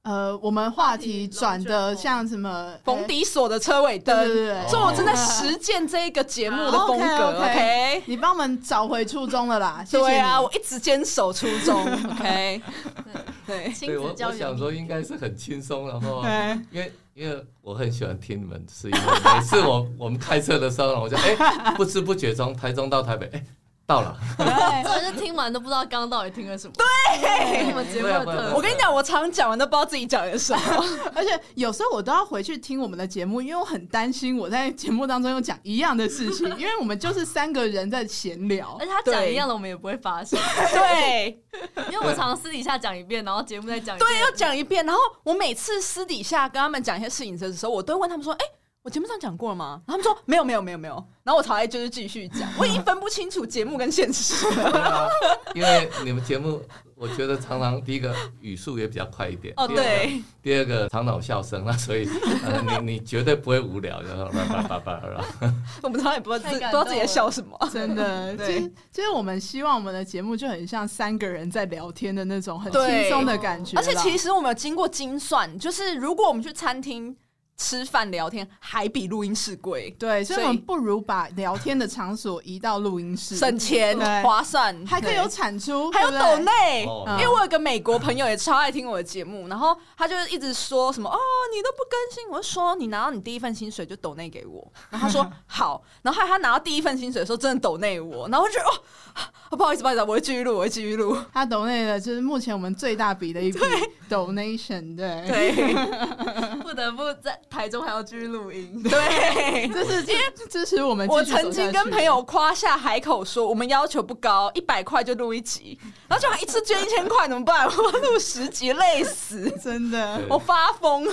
Speaker 3: 呃，我们话题转的像什么哎
Speaker 1: 冯，迪所的车尾
Speaker 3: 哎对对
Speaker 1: 灯。
Speaker 3: 对对，哦
Speaker 1: 所以我正在实践这一个节目的风格
Speaker 3: OK，OK
Speaker 1: ，OK？
Speaker 3: 你帮我们找回初衷了
Speaker 1: [laughs]
Speaker 3: 啦，谢谢
Speaker 1: 对啊，
Speaker 3: 你
Speaker 1: 我一直坚守初
Speaker 3: [laughs]
Speaker 1: 衷，OK？对，
Speaker 2: 亲
Speaker 4: 对我
Speaker 2: 子
Speaker 4: 我
Speaker 2: 教育
Speaker 4: 想说应该是很轻松，然后
Speaker 3: 对
Speaker 4: 因为因为我很喜欢听你们，是因为每次我我们开车的时候，我就哎、不知不觉从台中到台北，哎、到了，
Speaker 2: 真的是听完都不知道刚刚到底听了什么。对，我们节目的特
Speaker 4: 对
Speaker 1: 我跟你讲，我常讲完都不知道自己讲了什
Speaker 3: [laughs]
Speaker 1: 么。
Speaker 3: 而且有时候我都要回去听我们的节目，因为我很担心我在节目当中又讲一样的
Speaker 1: [laughs]
Speaker 3: 事情，因为我们就是三个人在闲聊
Speaker 2: 而。且他讲一样的，我们也不会发现，
Speaker 1: 对
Speaker 2: 因为我们常常私底下讲一遍，然后节目再讲一遍。
Speaker 1: 对，要讲一遍。然后我每次私底下跟他们讲一些事情的时候，我都会问他们说：“哎、我节目上讲过了吗？”然后他们说：“没有，没有，没有，没有。”然后我才会就是继续讲，我已经分不清楚节目跟现实。
Speaker 4: 对啊因为你们节目，我觉得常常第一个语速也比较快一点，
Speaker 1: 哦，
Speaker 4: 第二个
Speaker 1: 对，
Speaker 4: 第二个常老笑声，那所以、呃、你你绝对不会无聊，然后叭叭叭叭叭，
Speaker 1: 我们常常也不知道自己不
Speaker 2: 太感
Speaker 1: 知
Speaker 2: 动
Speaker 1: 道
Speaker 2: 了
Speaker 1: 自己在笑什么。
Speaker 3: 真的，其
Speaker 1: 对
Speaker 3: 实其实我们希望我们的节目就很像三个人在聊天的那种很
Speaker 1: 对
Speaker 3: 轻松的感觉啦。
Speaker 1: 而且其实我们有经过精算，就是如果我们去餐厅吃饭聊天，还比录音室贵，
Speaker 3: 对，所以我
Speaker 1: 所以
Speaker 3: 们不如把聊天的场所移到录音室，
Speaker 1: 省钱
Speaker 3: 对
Speaker 1: 划算，
Speaker 3: 还可以有
Speaker 1: 对
Speaker 3: 产出，
Speaker 1: 还有
Speaker 3: 对不对嗯
Speaker 1: 抖内。
Speaker 4: 哦
Speaker 1: 因为我有个美国朋友也超爱听我的节目，然后他就一直说什么哦，你都不更新，我就说你拿到你第一份薪水就抖内给我，然后他
Speaker 3: [laughs]
Speaker 1: 说好，然后后来他拿到第一份薪水的时候真的抖内我，然后我就觉得哦啊不好意思不好意思，我会继续录，我会继续录，
Speaker 3: 他抖内了，就是目前我们最大笔的一笔 donation，对，
Speaker 1: 对
Speaker 2: 不得不在台中还要继续录音。
Speaker 1: 对，
Speaker 3: [laughs] 这是因为支持我们继续
Speaker 1: 我
Speaker 3: 走下去。
Speaker 1: 曾经跟朋友夸下海口说，我们要求不高，一百块就录一集，然后就一次捐一千块，怎么办？我录十集累死，
Speaker 3: 真的，
Speaker 4: 对
Speaker 1: 我发疯，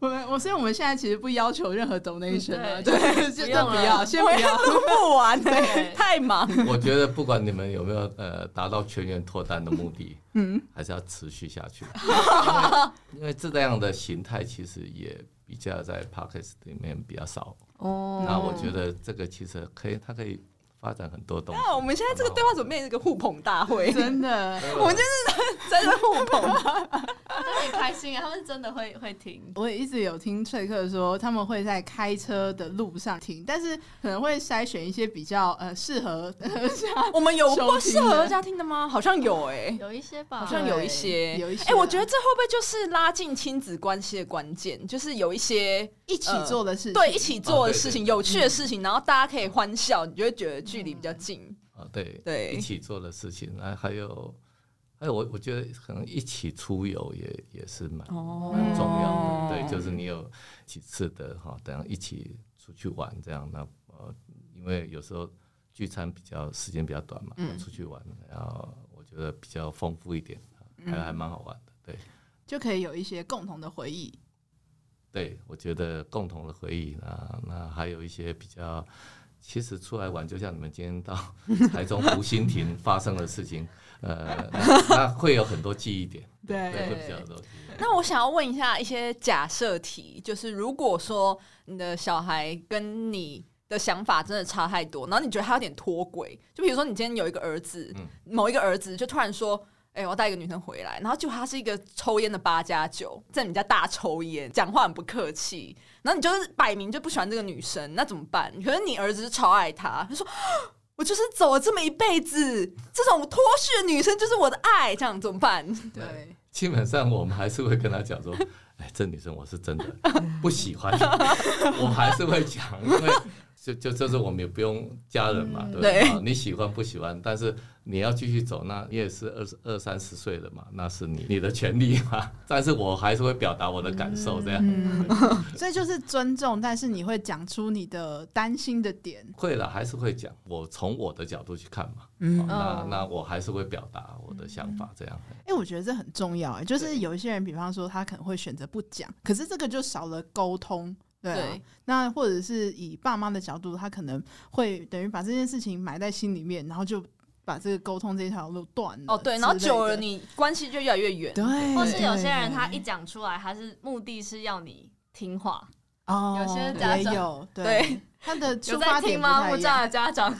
Speaker 3: 我们我所以我们现在其实不要求任何 donation 了，
Speaker 2: 嗯
Speaker 3: 对
Speaker 2: 对，
Speaker 3: 就
Speaker 2: 不用
Speaker 3: 就不
Speaker 2: 了
Speaker 3: 要，先
Speaker 1: 我
Speaker 3: 不
Speaker 1: 要
Speaker 3: 要。
Speaker 1: 录不完，
Speaker 2: 对
Speaker 1: 太忙。
Speaker 4: 我觉得不管你们有没有呃达到全员脱单的目的，嗯，还是要持续下去，因为因 [laughs] 为这样的形态其实也比较在 p o c k e t 里面比较少。
Speaker 2: 哦
Speaker 4: 那我觉得这个其实可以，它可以发展很多东西。
Speaker 1: 那我们现在这个对话怎么变成一个互捧大会？
Speaker 3: [laughs] 真的，
Speaker 4: 对吧
Speaker 1: 我们就是 [laughs] 在这互捧，
Speaker 2: 他们很开心啊，他们真的会会听。
Speaker 3: 我也一直有听翠克说，他们会在开车的路上听，但是可能会筛选一些比较呃适合。
Speaker 1: 我们有不适合家听的吗？好像有哎。
Speaker 2: 有一些吧，
Speaker 1: 好像有一些，
Speaker 3: 对有一些啊
Speaker 1: 哎、我觉得这会不会就是拉近亲子关系的关键？就是有一些
Speaker 3: 一起做的事情，
Speaker 1: 对，一起做的事情、
Speaker 4: 哦对对
Speaker 1: 有趣
Speaker 3: 嗯
Speaker 1: 的事情，然后大家可以欢笑，你就会觉得距离比较近。
Speaker 4: 啊，对
Speaker 1: 对
Speaker 4: 一起做的事情，那还有还有我我觉得可能一起出游也也是蛮
Speaker 1: 哦
Speaker 4: 蛮重要的，对，就是你有几次的哈，这样一起出去玩这样，那呃，因为有时候聚餐比较时间比较短嘛，出去玩，然后我觉得比较丰富一点，还还蛮好玩的，对。
Speaker 3: 就可以有一些共同的回忆。
Speaker 4: 对，我觉得共同的回忆啊，那那还有一些比较，其实出来玩，就像你们今天到 [laughs] 台中湖心亭发生的事情，呃，那那会有很多记忆点，
Speaker 3: 对
Speaker 4: 对，会比较多记忆点。
Speaker 1: [laughs] 那我想要问一下一些假设题，就是如果说你的小孩跟你的想法真的差太多，然后你觉得他有点脱轨，就比如说你今天有一个儿子，
Speaker 4: 嗯
Speaker 1: 某一个儿子就突然说。哎、我要带一个女生回来，然后就他是一个抽烟的八加九，在你们家大抽烟，讲话很不客气，然后你就是摆明就不喜欢这个女生，那怎么办？可是你儿子就超爱她，他说啊我就是走了这么一辈子，这种脱序的女生就是我的爱，这样怎么办？
Speaker 3: 对，
Speaker 4: 基本上我们还是会跟他讲说， [laughs] 哎，这女生我是真的不喜欢，我还是会讲，因为 [laughs] 就就就是我们也不用家人嘛，
Speaker 2: 嗯
Speaker 4: 对不对
Speaker 1: 对
Speaker 4: 啊你喜欢不喜欢，但是你要继续走，那你也是二十二三十岁了嘛，那是你你的权利嘛。 [laughs] 但是我还是会表达我的感受，这样、
Speaker 3: [laughs] 所以就是尊重，但是你会讲出你的担心的点。
Speaker 4: 会了还是会讲，我从我的角度去看嘛，
Speaker 3: 嗯
Speaker 4: 啊
Speaker 2: 哦
Speaker 4: 那那我还是会表达我的想法，这样。
Speaker 3: 哎、我觉得这很重要、哎，就是有一些人，比方说他可能会选择不讲，可是这个就少了沟通，对啊、
Speaker 1: 对
Speaker 3: 那或者是以爸妈的角度，他可能会等于把这件事情埋在心里面，然后就把这个沟通这条路断了。
Speaker 1: 哦，对，然后
Speaker 3: 之类的
Speaker 1: 久了你关系就越来越远。
Speaker 3: 对，
Speaker 2: 或是有些人
Speaker 3: 对
Speaker 4: 嗯
Speaker 2: 他一讲出来，他是目的是要你听话，
Speaker 3: 哦，
Speaker 2: 有些家
Speaker 3: 也
Speaker 2: 长
Speaker 3: 有对
Speaker 1: 对
Speaker 3: 他的
Speaker 2: 有
Speaker 3: 出
Speaker 2: 在
Speaker 3: 发
Speaker 2: 听
Speaker 3: 点
Speaker 2: 吗？
Speaker 3: 不太
Speaker 2: 木
Speaker 3: 一
Speaker 2: 栅
Speaker 3: 样。
Speaker 2: 的家长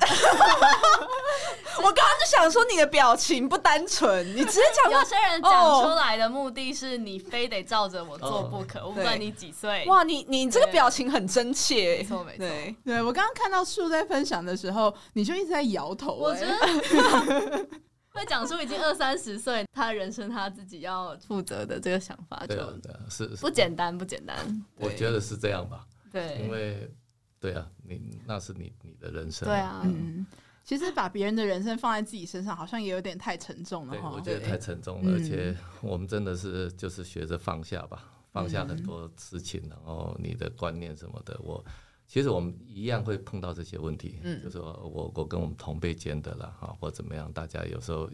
Speaker 1: 我刚刚就想说你的表情不单
Speaker 2: [laughs]
Speaker 1: 纯，你直接 [laughs] 讲
Speaker 2: 有
Speaker 1: 话，
Speaker 2: 些人讲出来的目的是你非得照着我做不可，我不管
Speaker 1: 哦对
Speaker 2: 你几岁。
Speaker 1: [laughs] 哇，你你这个表情很真切，欸
Speaker 2: 没错没错
Speaker 1: 对
Speaker 3: 对我刚刚看到树在分享的时候，你就一直在摇头、
Speaker 2: 我
Speaker 3: 哎
Speaker 2: 觉得 [laughs] 会讲出已经二三十岁，他人生他自己要负责的这个想法，就
Speaker 4: 对啊，对啊，是，是
Speaker 2: 不简单，不简单。
Speaker 4: 我觉得是这样吧，因
Speaker 2: 对，
Speaker 4: 为对啊，你那是你你的人生，
Speaker 2: 对，啊，
Speaker 3: 嗯，其实把别人的人生放在自己身上，好像也有点太沉重了
Speaker 4: 对，
Speaker 3: 哈。
Speaker 4: 我觉得
Speaker 1: 对
Speaker 4: 太沉重了，而
Speaker 3: 嗯
Speaker 4: 且我们真的是就是学着放下吧，放下很多事情，然后你的观念什么的，我其实我们一样会碰到这些问题，
Speaker 1: 嗯
Speaker 4: 就说我我跟我们同辈间的啦，哈，或怎么样，大家有时候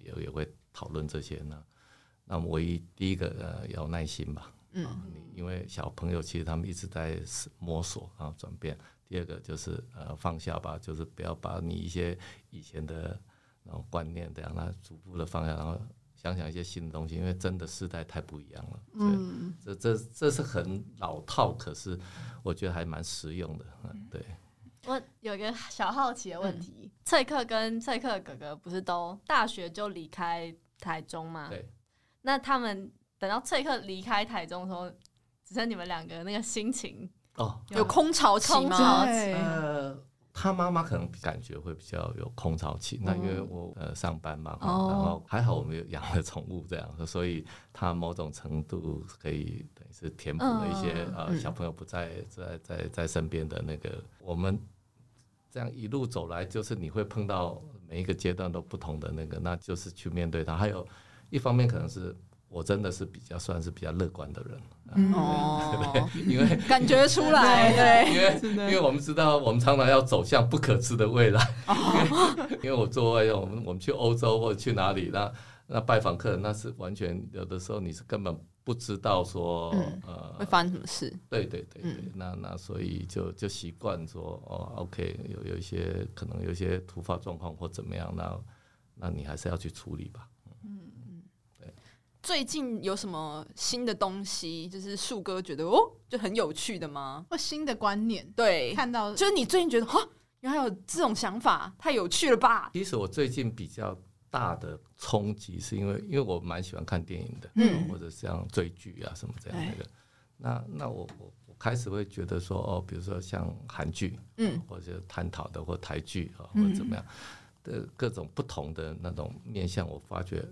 Speaker 4: 也也会讨论这些呢。那我唯一第一个呃要耐心吧，
Speaker 1: 嗯
Speaker 4: 啊，你因为小朋友其实他们一直在摸索啊转变。第二个就是呃放下吧，就是不要把你一些以前的那种观念这样，那逐步的放下，然后想想一些新的东西，因为真的世代太不一样了。嗯，
Speaker 3: 嗯，
Speaker 4: 这这这是很老套，可是我觉得还蛮实用的。嗯，对，
Speaker 2: 我有一个小好奇的问
Speaker 1: 嗯
Speaker 2: 题，翠克跟翠克哥哥不是都大学就离开台中吗？
Speaker 4: 对。
Speaker 2: 那他们等到翠克离开台中的时候，只剩你们两个那个心情
Speaker 4: 哦，
Speaker 1: 有空巢期
Speaker 2: 空
Speaker 1: 吗？
Speaker 2: 巢期，
Speaker 3: 对嗯
Speaker 4: 呃，他妈妈可能感觉会比较有空巢期，那因为我呃上班嘛，哈
Speaker 2: 哦
Speaker 4: 然后还好我们有养了宠物这样，所以他某种程度可以等于是填补了一些、
Speaker 2: 嗯
Speaker 4: 呃小朋友不在在在在身边的那个我们。这样一路走来，就是你会碰到每一个阶段都不同的那个，那就是去面对它。还有一方面，可能是我真的是比较算是比较乐观的人，
Speaker 3: 嗯
Speaker 1: 哦， [laughs]
Speaker 4: 因为 [laughs]
Speaker 1: 感觉出来，对，
Speaker 4: 因为
Speaker 3: 真的
Speaker 4: 因为我们知道，我们常常要走向不可知的未来。
Speaker 1: 哦
Speaker 4: 因 [laughs] 为因为我做外用，我们我们去欧洲或者去哪里，那那拜访客人，那是完全有的时候你是根本不知道说、
Speaker 1: 嗯会
Speaker 4: 呃，
Speaker 1: 发生什么事？
Speaker 4: 对对对对，
Speaker 1: 嗯
Speaker 4: 那那所以就就习惯说哦，OK，有有一些可能有一些突发状况或怎么样，那那你还是要去处理吧。
Speaker 1: 最近有什么新的东西？就是树哥觉得哦，就很有趣的吗？
Speaker 3: 或新的观念，
Speaker 1: 对，
Speaker 3: 看
Speaker 2: 呃
Speaker 3: 到
Speaker 1: 就是你最近觉得哈，原来有这种想法，太有趣了吧？
Speaker 4: 其实我最近比较大的冲击，是因为因为我蛮喜欢看电影的，
Speaker 3: 嗯
Speaker 4: 或者像追剧啊什么这样
Speaker 1: 哎
Speaker 4: 那个。那那我我我开始会觉得说哦，比如说像韩剧，
Speaker 1: 嗯，
Speaker 4: 或者探讨的或台剧啊，或
Speaker 1: 嗯
Speaker 4: 者怎么样的各种不同的那种面向，我发觉，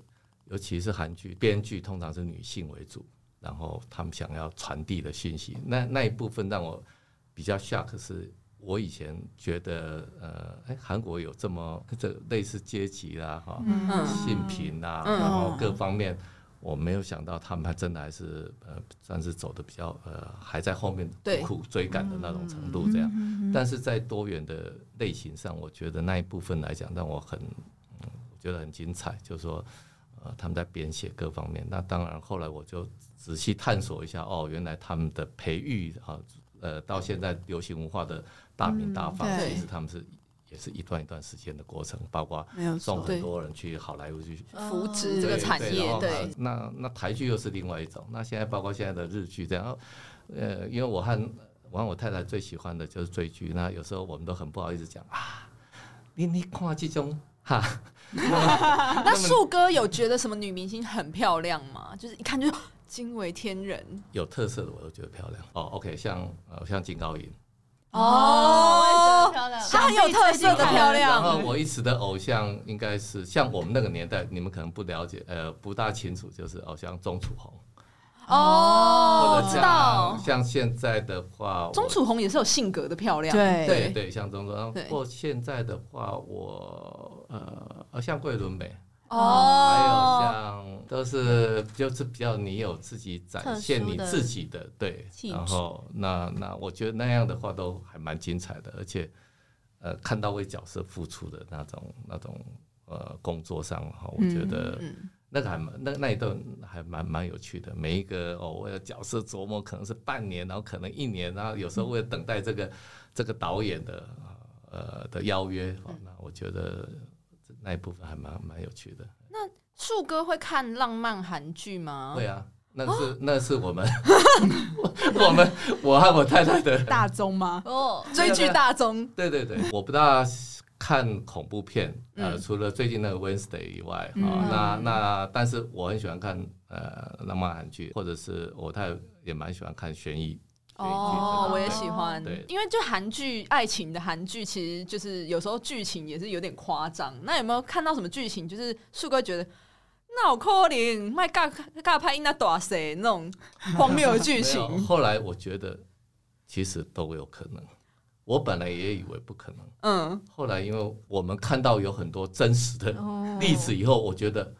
Speaker 4: 尤其是韩剧，编剧通常是女性为主，然后他们想要传递的讯息，那那一部分让我比较 shock 是。我以前觉得，呃，哎，韩国有这么这类似阶级啦、哈、
Speaker 1: 嗯
Speaker 4: 性平啊，
Speaker 1: 嗯
Speaker 4: 然后各方面，我没有想到他们还真的还是呃，算是走的比较呃，还在后面
Speaker 1: 对
Speaker 4: 苦追赶的那种程度这样。但是在多元的类型上，我觉得那一部分来讲，让我很、嗯我觉得很精彩，就是说。呃，他们在编写各方面，那当然，后来我就仔细探索一下，哦，原来他们的培育啊，呃，到现在流行文化的大名大放，
Speaker 3: 嗯对
Speaker 4: 其实他们是也是一段一段时间的过程，包括
Speaker 3: 没有
Speaker 4: 送
Speaker 3: 错
Speaker 4: 很多人去好莱坞去
Speaker 1: 扶植
Speaker 2: 嗯
Speaker 1: 这个
Speaker 4: 对
Speaker 1: 产
Speaker 4: 对然
Speaker 1: 业，
Speaker 4: 后
Speaker 1: 对，
Speaker 4: 那那台剧又是另外一种。那现在包括现在的日剧这样，呃，因为我和呃我和我太太最喜欢的就是追剧，那有时候我们都很不好意思讲啊，你你看这种哈， [laughs]
Speaker 1: [laughs] 那树哥有觉得什么女明星很漂亮吗？就是一看就 [gasps] 惊为天人
Speaker 4: 有特色的我都觉得漂亮哦。OK，像呃像金高银，
Speaker 2: 哦哦，我也
Speaker 1: 哦
Speaker 2: 觉得漂亮。
Speaker 1: 她很有特色的漂
Speaker 4: 然后
Speaker 1: 亮，
Speaker 4: 我一时的偶像应该是像我们那个年代，你们可能不了解，呃，不大清楚，就是偶像钟楚红。
Speaker 1: 哦
Speaker 4: 或，者
Speaker 1: 知
Speaker 4: 像
Speaker 1: 道。
Speaker 4: 像现在的话，
Speaker 1: 钟
Speaker 4: 我
Speaker 1: 楚红也是有性格的漂亮，
Speaker 3: 对
Speaker 4: 对
Speaker 1: 对
Speaker 4: 对，像中中，
Speaker 1: 对
Speaker 4: 不过现在的话，我呃呃，像桂纶镁，还有
Speaker 1: 哦，
Speaker 4: 像都是就是比较你有自己
Speaker 2: 特
Speaker 4: 展
Speaker 2: 殊
Speaker 4: 现你
Speaker 2: 的
Speaker 4: 自己的对
Speaker 2: 气，
Speaker 4: 然
Speaker 2: 质
Speaker 4: 后那那我觉得那样的话都还蛮精彩的，而且呃看到为角色付出的那种那种呃工作上哈，我觉得
Speaker 1: 嗯
Speaker 4: 那个还蛮那那一段还蛮蛮有趣的。每一个哦，为了角色琢磨可能是半年，然后可能一年，然后有时候为了等待这个这个导演的呃的邀约，哦，那我觉得那一部分还蛮蛮有趣的。
Speaker 1: 树哥会看浪漫韩剧吗？
Speaker 4: 会啊，那个是、那是我们 [laughs] 我们我和我太太的，
Speaker 3: 大宗吗？
Speaker 2: 哦，
Speaker 1: 追剧大宗，
Speaker 4: 对
Speaker 1: [laughs]
Speaker 4: 对对，我不大看恐怖片，呃，
Speaker 1: 嗯
Speaker 4: 除了最近那个 Wednesday 以外，啊、
Speaker 3: 嗯
Speaker 4: 那那但是我很喜欢看呃浪漫韩剧，或者是我太太也蛮喜欢看悬疑。悬疑剧的
Speaker 1: 哦，我也
Speaker 4: 对
Speaker 1: 喜欢
Speaker 4: 对，
Speaker 1: 因为就韩剧爱情的韩剧，其实就是有时候剧情也是有点夸张。那有没有看到什么剧情，就是树哥觉得那我可怜，卖尬尬拍那打谁那种荒谬的剧
Speaker 4: 没有
Speaker 1: 情？
Speaker 4: 后来我觉得其实都有可能，我本来也以为不可能，
Speaker 1: 嗯，
Speaker 4: 后来因为我们看到有很多真实的
Speaker 1: 哦
Speaker 2: 哦
Speaker 4: 例子以后，我觉得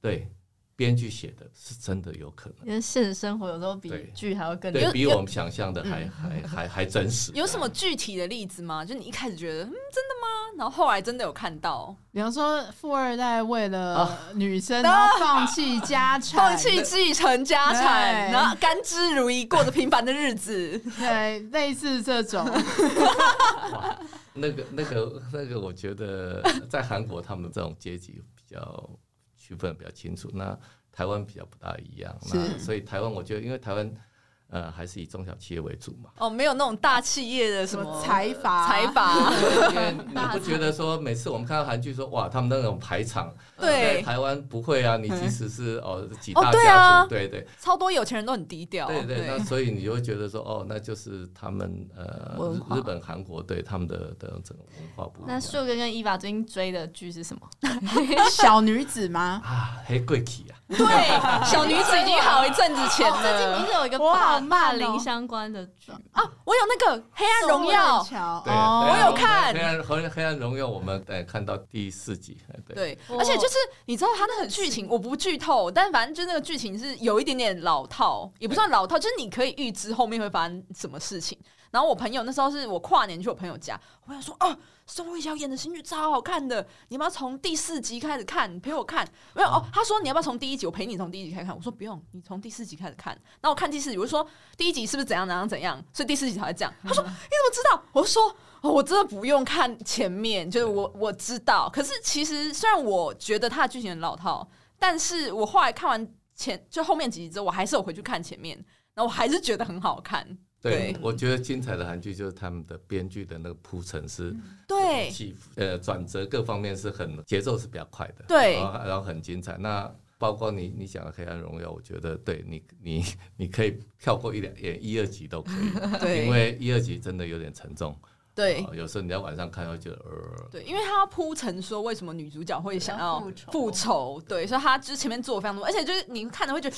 Speaker 4: 对编剧写的是真的有可能。
Speaker 2: 因为现实生活有时候比
Speaker 4: 对
Speaker 2: 剧还要更
Speaker 4: 对
Speaker 1: 嗯有
Speaker 4: 比我们想象的还
Speaker 1: 嗯
Speaker 4: 还还还真实。
Speaker 1: 有什么具体的例子吗？就你一开始觉得嗯真的吗？然后后来真的有看到
Speaker 3: 比方说，富二代为了
Speaker 4: 啊
Speaker 3: 女生，然后放
Speaker 4: [laughs]
Speaker 3: 弃家产，
Speaker 1: 放弃继承家产，
Speaker 3: 对
Speaker 1: 然后甘之如饴，过着平凡的日子。，
Speaker 3: 对，类似这
Speaker 4: [laughs]
Speaker 3: 种，
Speaker 4: 哇？那个那个那个，我觉得在韩国他们这种阶级比较区分比较清楚，那台湾比较不大一样。那所以台湾，我觉得因为台湾呃还是以中小企业为主嘛
Speaker 1: 哦，没有那种大企业的什
Speaker 3: 什么
Speaker 1: 么
Speaker 3: 财阀、
Speaker 1: 财阀， [laughs]
Speaker 4: 因为你不觉得说每次我们看到韩剧说哇他们那种排场，在
Speaker 1: 对，
Speaker 4: 台湾不会啊，你即使是哦几
Speaker 1: 哦
Speaker 4: 大
Speaker 1: 对
Speaker 4: 家
Speaker 1: 啊哦
Speaker 4: 族，对对
Speaker 1: 超多有钱人都很低调。
Speaker 4: 对对，那所以你就会觉得说，哦，那就是他们呃
Speaker 2: 文化
Speaker 4: 日日本、韩国对他们的的整个文化不一
Speaker 2: 那
Speaker 4: 样
Speaker 2: 树哥跟伊娃最近追的剧是什
Speaker 1: 哦
Speaker 2: [laughs] 么？
Speaker 3: 小女子吗？
Speaker 4: 啊，黑贵体啊，
Speaker 1: 对，哦小女子已经好一阵子前
Speaker 2: 最近不
Speaker 1: 了。
Speaker 2: 是有一个
Speaker 3: 我好
Speaker 2: 霸
Speaker 3: 慢
Speaker 2: 霸
Speaker 3: 哦
Speaker 2: 凌相关的剧？
Speaker 1: 我有那个《黑暗荣耀》，
Speaker 4: 对，
Speaker 3: 哦
Speaker 4: 对
Speaker 1: 我有看
Speaker 4: 黑暗黑黑暗荣耀，我们哎看到第四集，哎对
Speaker 1: 对，
Speaker 2: 哇
Speaker 1: 而且就是你知道他那个剧情，我不剧透，但反正就是那个剧情是有一点点老套，也不算老套，就是你可以预知后面会发生什么事情。然后我朋友那时候是我跨年去我朋友家，我想说啊，宋慧乔演的新剧超好看的，你要不要从第四集开始看？你陪我看？没有哦，他说你要不要从第一集？我陪你从第一集开始看。我说不用，你从第四集开始看。然后我看第四集，我就说第一集是不是怎样怎样怎样，所以第四集才会这样。他说你怎么知道？我说。哦我真的不用看前面，就是我我知道。可是其实虽然我觉得它的剧情很老套，但是我后来看完前就后面几集之后，我还是有回去看前面，然后我还是觉得很好看。
Speaker 4: 对
Speaker 1: 对，
Speaker 4: 我觉得精彩的韩剧就是他们的编剧的那个铺陈是
Speaker 1: 嗯对，
Speaker 4: 起伏呃转折各方面是很节奏是比较快的，
Speaker 1: 对
Speaker 4: 然后然后很精彩。那包括你你讲的《黑暗荣耀》，我觉得对你你 [laughs] 你可以跳过一两演一二集都可
Speaker 1: [laughs]
Speaker 4: 以，
Speaker 1: 对，
Speaker 4: 因为一二集真的有点沉重。
Speaker 1: 对
Speaker 4: 哦有时候你在晚上看会觉得，呃，
Speaker 1: 对，因为他要铺陈说为什么女主角会想要
Speaker 2: 复仇
Speaker 1: 复仇，对，所以他就是前面做了非常多，而且就是你看着会觉得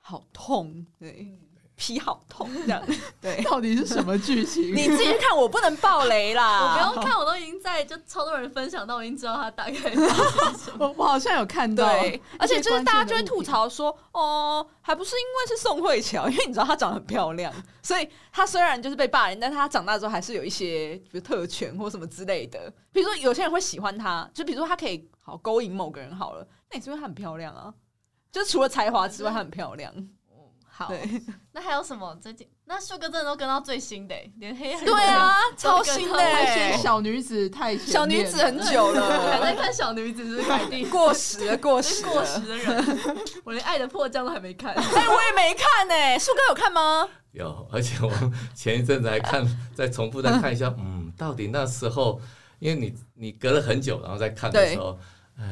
Speaker 1: 好痛，对，
Speaker 2: 嗯
Speaker 1: 皮好痛这
Speaker 2: [laughs]
Speaker 1: 样。对，
Speaker 3: 到底是什么剧情？
Speaker 1: 你自己去看，我不能爆雷
Speaker 2: 我
Speaker 1: 啦，
Speaker 2: 不用看，我都已经在就超多人分享到，我已经知道
Speaker 1: [laughs]
Speaker 2: 他大概是
Speaker 3: [laughs] 我我好像有看到， [laughs]
Speaker 1: 对，而且就是
Speaker 3: 关键的
Speaker 1: 大家就会
Speaker 3: 物
Speaker 1: 吐
Speaker 3: 品
Speaker 1: 槽说，哦，还不是因为是宋慧乔，因为你知道她长得很漂亮，所以她虽然就是被霸凌，但是她长大之后还是有一些比如特权或什么之类的。比如说有些人会喜欢她，就比如说她可以好勾引某个人好了，那也是因为她很漂亮啊。就是除了才华之外，她很漂亮。
Speaker 2: 好。
Speaker 1: 对
Speaker 2: 那还有什么最近？那树哥真的都跟到最新的欸， [laughs] 连黑暗
Speaker 1: 对啊，超新的、
Speaker 3: 而且
Speaker 1: 欸，
Speaker 3: 小女子太前面
Speaker 1: 小女子很
Speaker 2: 都
Speaker 1: 久
Speaker 2: [laughs] 还
Speaker 1: 了，
Speaker 2: 在看小女子是凯蒂，
Speaker 1: 过时了， [laughs] 过时
Speaker 2: 是
Speaker 1: 了，
Speaker 2: 过时的人， [laughs] 我连《爱的迫降》都还没看。
Speaker 1: 哎、我也没看哎、树哥有看吗？
Speaker 4: 有，而且我们前一阵子还看，再重复再看一下，嗯，到底那时候，因为你你隔了很久，然后再看的时候，呃，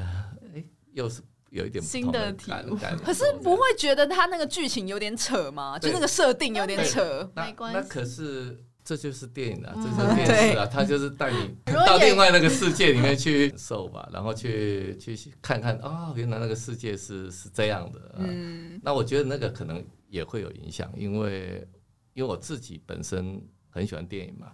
Speaker 4: 哎，又是有一点不
Speaker 2: 新
Speaker 4: 同
Speaker 2: 的
Speaker 4: 的
Speaker 2: 体
Speaker 4: 感
Speaker 2: 悟
Speaker 4: 感受
Speaker 1: 可是不会觉得他那个剧情有点扯吗？就
Speaker 4: 对
Speaker 1: 那个设定有点扯。
Speaker 4: 那
Speaker 2: 没关
Speaker 4: 那
Speaker 2: 系嗯
Speaker 4: 可是这就是电影啊，这就是电视啊，它就是
Speaker 2: [laughs]
Speaker 4: 带你到另外那个世界里面去受吧，然后去去看看啊、原来那个世界是是这样的、啊。
Speaker 1: 嗯
Speaker 4: 那我觉得那个可能也会有影响，因为因为我自己本身很喜欢电影嘛。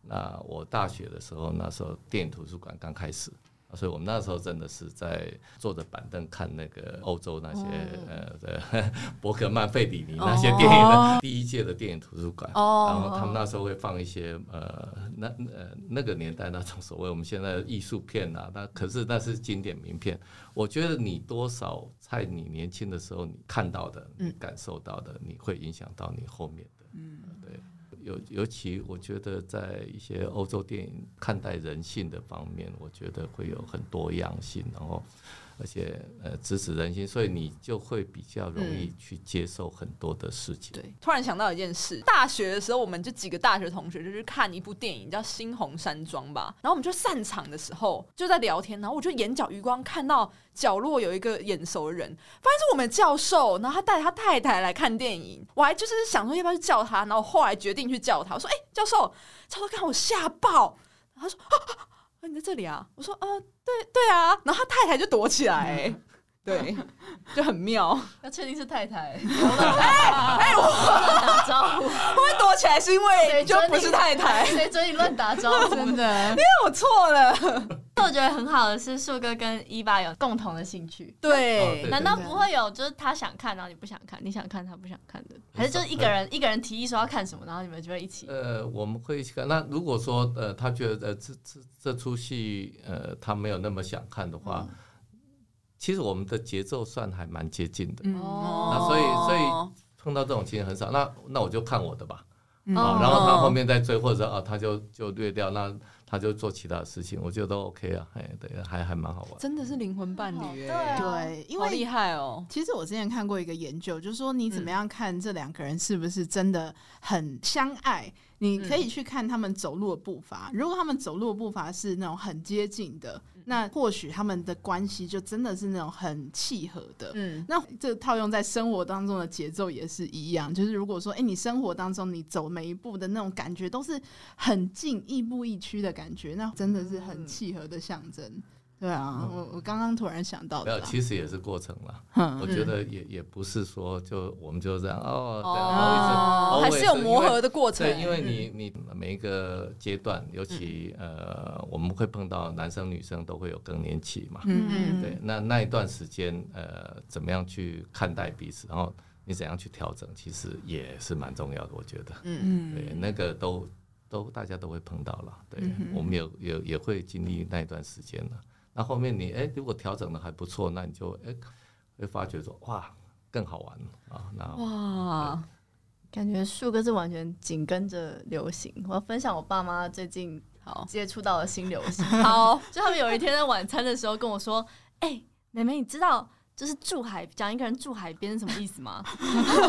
Speaker 4: 那我大学的时候，那时候电影图书馆刚开始，所以我们那时候真的是在坐着板凳看那个欧洲那些、呃呃伯格曼、费里尼那些电影的、第一届的电影图书馆。
Speaker 1: 哦
Speaker 4: 然后他们那时候会放一些呃那呃那个年代那种所谓我们现在的艺术片啊，那可是那是经典名片。我觉得你多少在你年轻的时候你看到的、你感受到的，你会影响到你后面的。嗯，对。尤尤其我觉得在一些欧洲电影看待人性的方面，我觉得会有很多样性，然后而且呃直指人心，所以你就会比较容易去接受很多的事情。
Speaker 1: 对，突然想到一件事，大学的时候，我们就几个大学同学就去看一部电影叫《猩红山庄》吧，然后我们就散场的时候就在聊天，然后我就眼角余光看到角落有一个眼熟的人，发现是我们教授，然后他带他太太来看电影，我还就是想说要不要去叫他，然后后来决定去叫他，我说：“哎、教授，教授看我吓爆。”然后他说：“啊啊，啊你在这里啊？”我说：“呃，对对啊。”然后他太太就躲起来、哎对，就很妙。 [laughs]
Speaker 2: 要确定是太太，哎，我打招 [laughs] 呼，
Speaker 1: 会躲起来是因为
Speaker 2: 谁
Speaker 1: 就
Speaker 2: 准你
Speaker 1: 不是太太，因为
Speaker 2: 谁准你乱打招呼？
Speaker 1: [laughs]
Speaker 3: 真的，
Speaker 1: 我错了。
Speaker 2: 但我觉得很好的是，树哥跟伊爸有共同的兴趣。
Speaker 1: 哦对，
Speaker 4: 对
Speaker 2: 难道不会有就是他想看，然后你不想看，你想看他不想看的，还是就是一个人一个人提议说要看什么，然后你们就会一起？
Speaker 4: 呃，我们会去看。那如果说呃，他觉得呃这这这出戏呃他没有那么想看的话，其实我们的节奏算还蛮接近的。
Speaker 1: 嗯
Speaker 2: 哦
Speaker 4: 那所以所以碰到这种情形很少，那那我就看我的吧。
Speaker 1: 嗯
Speaker 4: 啊、
Speaker 2: 哦
Speaker 4: 然后他后面再追，或
Speaker 1: 哦
Speaker 4: 者啊，他就就略掉，那他就做其他的事情，我觉得都 OK 啊，哎，对，还还蛮好玩。
Speaker 1: 真的是灵魂伴侣
Speaker 2: 对啊
Speaker 1: 哎，
Speaker 3: 对，因
Speaker 1: 好厉
Speaker 3: 为
Speaker 1: 害嗯哦。
Speaker 3: 其实我之前看过一个研究，就是说你怎么样看这两个人是不是真的很相爱？你可
Speaker 1: 嗯
Speaker 3: 以去看他们走路的步伐，如果他们走路的步伐是那种很接近的，
Speaker 1: 嗯
Speaker 3: 那或许他们的关系就真的是那种很契合的。
Speaker 1: 嗯，
Speaker 3: 那这套用在生活当中的节奏也是一样，就是如果说，哎、你生活当中你走每一步的那种感觉都是很近、亦步亦趋的感觉，那真的是很
Speaker 2: 嗯
Speaker 3: 契合的象征。对啊，我我刚刚突然想到
Speaker 4: 没有，
Speaker 3: 的啦，
Speaker 4: 其实也是过程啦。
Speaker 3: 嗯
Speaker 4: 我觉得也也不是说就我们就这样哦，对然后
Speaker 1: 哦
Speaker 4: 一直
Speaker 1: 嗯还是有磨。
Speaker 4: always，因为
Speaker 1: 合的过程嗯
Speaker 4: 对，，因为你你每一个阶段，尤其呃，我们会碰到男生女生都会有更年期嘛，
Speaker 1: 嗯
Speaker 4: 对，那那一段时间，呃，怎么样去看待彼此，然后你怎样去调整，其实也是蛮重要的，我觉得。
Speaker 1: 嗯
Speaker 4: 对，那个都都大家都会碰到了，对、我们有有也会经历那一段时间了。那后面你哎、如果调整的还不错，那你就哎、会发觉说哇更好玩啊，那
Speaker 1: 哇，
Speaker 2: 感觉树哥是完全紧跟着流行。我要分享我爸妈最近
Speaker 1: 好
Speaker 2: 接触到的新流
Speaker 1: [laughs]
Speaker 2: 行，
Speaker 1: 好，
Speaker 2: 就他们有一天在晚餐的时候跟我说：“哎、妹妹，你知道就是住海讲一个人住海边是什么意思吗？”我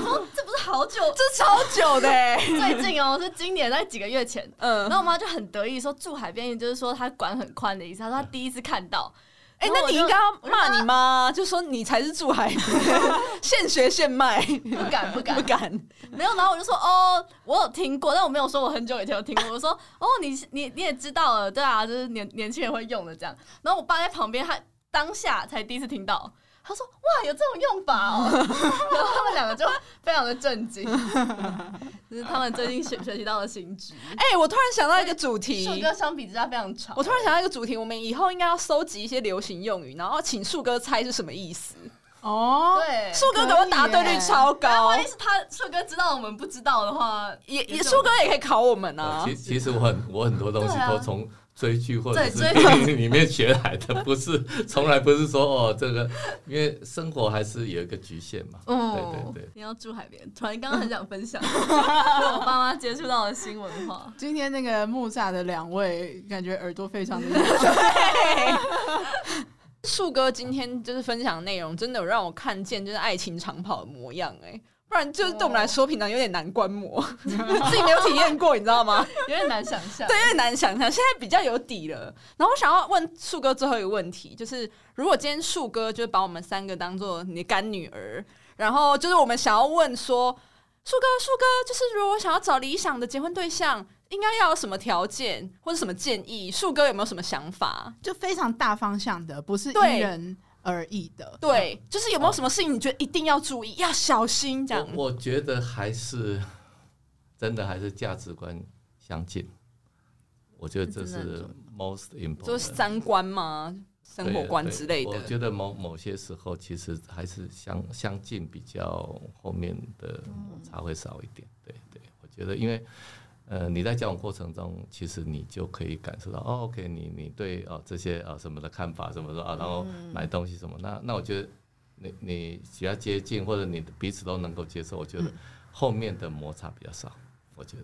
Speaker 2: 说：“这不是好
Speaker 1: [laughs]
Speaker 2: 久
Speaker 1: 这超久的 [laughs] 哎，
Speaker 2: 最近哦，是今年在几个月前。”
Speaker 1: [laughs] 嗯
Speaker 2: 然，后我妈就很得意说：“住海边，也就是说她管很宽的意思。”她说她第一次看到，
Speaker 1: 嗯哎，
Speaker 2: 然后
Speaker 1: 那
Speaker 2: 我
Speaker 1: 你
Speaker 2: 就
Speaker 1: 应该要骂你妈，就说你才是住海 [laughs] 边，现学现卖，
Speaker 2: 不敢不敢
Speaker 1: 不敢，
Speaker 2: 没有，然后我就说哦，我有听过，但我没有说我很久以前有听过。我说哦，你你你也知道了，对啊，就是年年轻人会用的这样。然后我爸在旁边，他当下才第一次听到，他说哇，有这种用法哦。 [laughs] 然后他们两个就非常的震惊，就是他们最近学学习到的新知。
Speaker 1: 哎，我突然想到一个主题，
Speaker 2: 树哥相比之下非常长，
Speaker 1: 我突然想到一个主题，我们以后应该要收集一些流行用语，然后请树哥猜是什么意思。
Speaker 3: 哦，
Speaker 2: 对，
Speaker 1: 树哥给我答对率超
Speaker 2: 但
Speaker 1: 高
Speaker 2: 万一，是他树哥知道我们不知道的话，
Speaker 1: 也也树哥也可以考我们啊
Speaker 4: 呃其。其实我很我很多东西
Speaker 2: 对啊
Speaker 4: 都从追剧或者
Speaker 2: 哦对
Speaker 4: 是
Speaker 2: 追剧
Speaker 4: 电影 [laughs] 里面学来的，不是从来不是说哦这个，因为生活还是有一个局限嘛，对对对。
Speaker 2: 哦你要住海边，突然刚刚很想分
Speaker 4: [laughs]
Speaker 2: 享我爸妈接触到的新文化。
Speaker 3: 今天那个木栅的两位，感觉耳朵非常的
Speaker 2: [laughs]
Speaker 3: 有
Speaker 1: [laughs] 树哥今天就是分享的内容，真的有让我看见就是爱情长跑的模样哎、不然就是对我们来说，平常有点难观摩， [laughs] 自己没有体验过，你知道吗？ [laughs]
Speaker 2: 有点难想象。
Speaker 1: 对，有点难想象。现在比较有底了。然后我想要问树哥最后一个问题，就是如果今天树哥就是把我们三个当做你的干女儿，然后就是我们想要问说，树哥，树哥，就是如果我想要找理想的结婚对象，应该要有什么条件或者什么建议？树哥有没有什么想法？
Speaker 3: 就非常大方向的，不是
Speaker 1: 对
Speaker 3: 因人而异的。
Speaker 1: 对，就是有没有什么事情你觉得一定要注意，要小心这样？
Speaker 4: 我我觉得还是真的还是价值观相近，我觉得这
Speaker 2: 真的很
Speaker 4: 是 most
Speaker 1: 就是
Speaker 4: important。
Speaker 1: 三观吗？生活观
Speaker 4: 对
Speaker 1: 之类
Speaker 4: 对我
Speaker 1: 的。
Speaker 4: 觉得某某些时候其实还是相相近比较后面的摩擦会少一点。对对，我觉得因为。呃，你在交往过程中，其实你就可以感受到，哦，OK，你你对啊、哦、这些啊、什么的看法什么的啊，然后
Speaker 1: 嗯
Speaker 4: 买东西什么，那那我觉得你你比较接近，或者你彼此都能够接受，我觉
Speaker 1: 嗯
Speaker 4: 得后面的摩擦比较少，我觉得，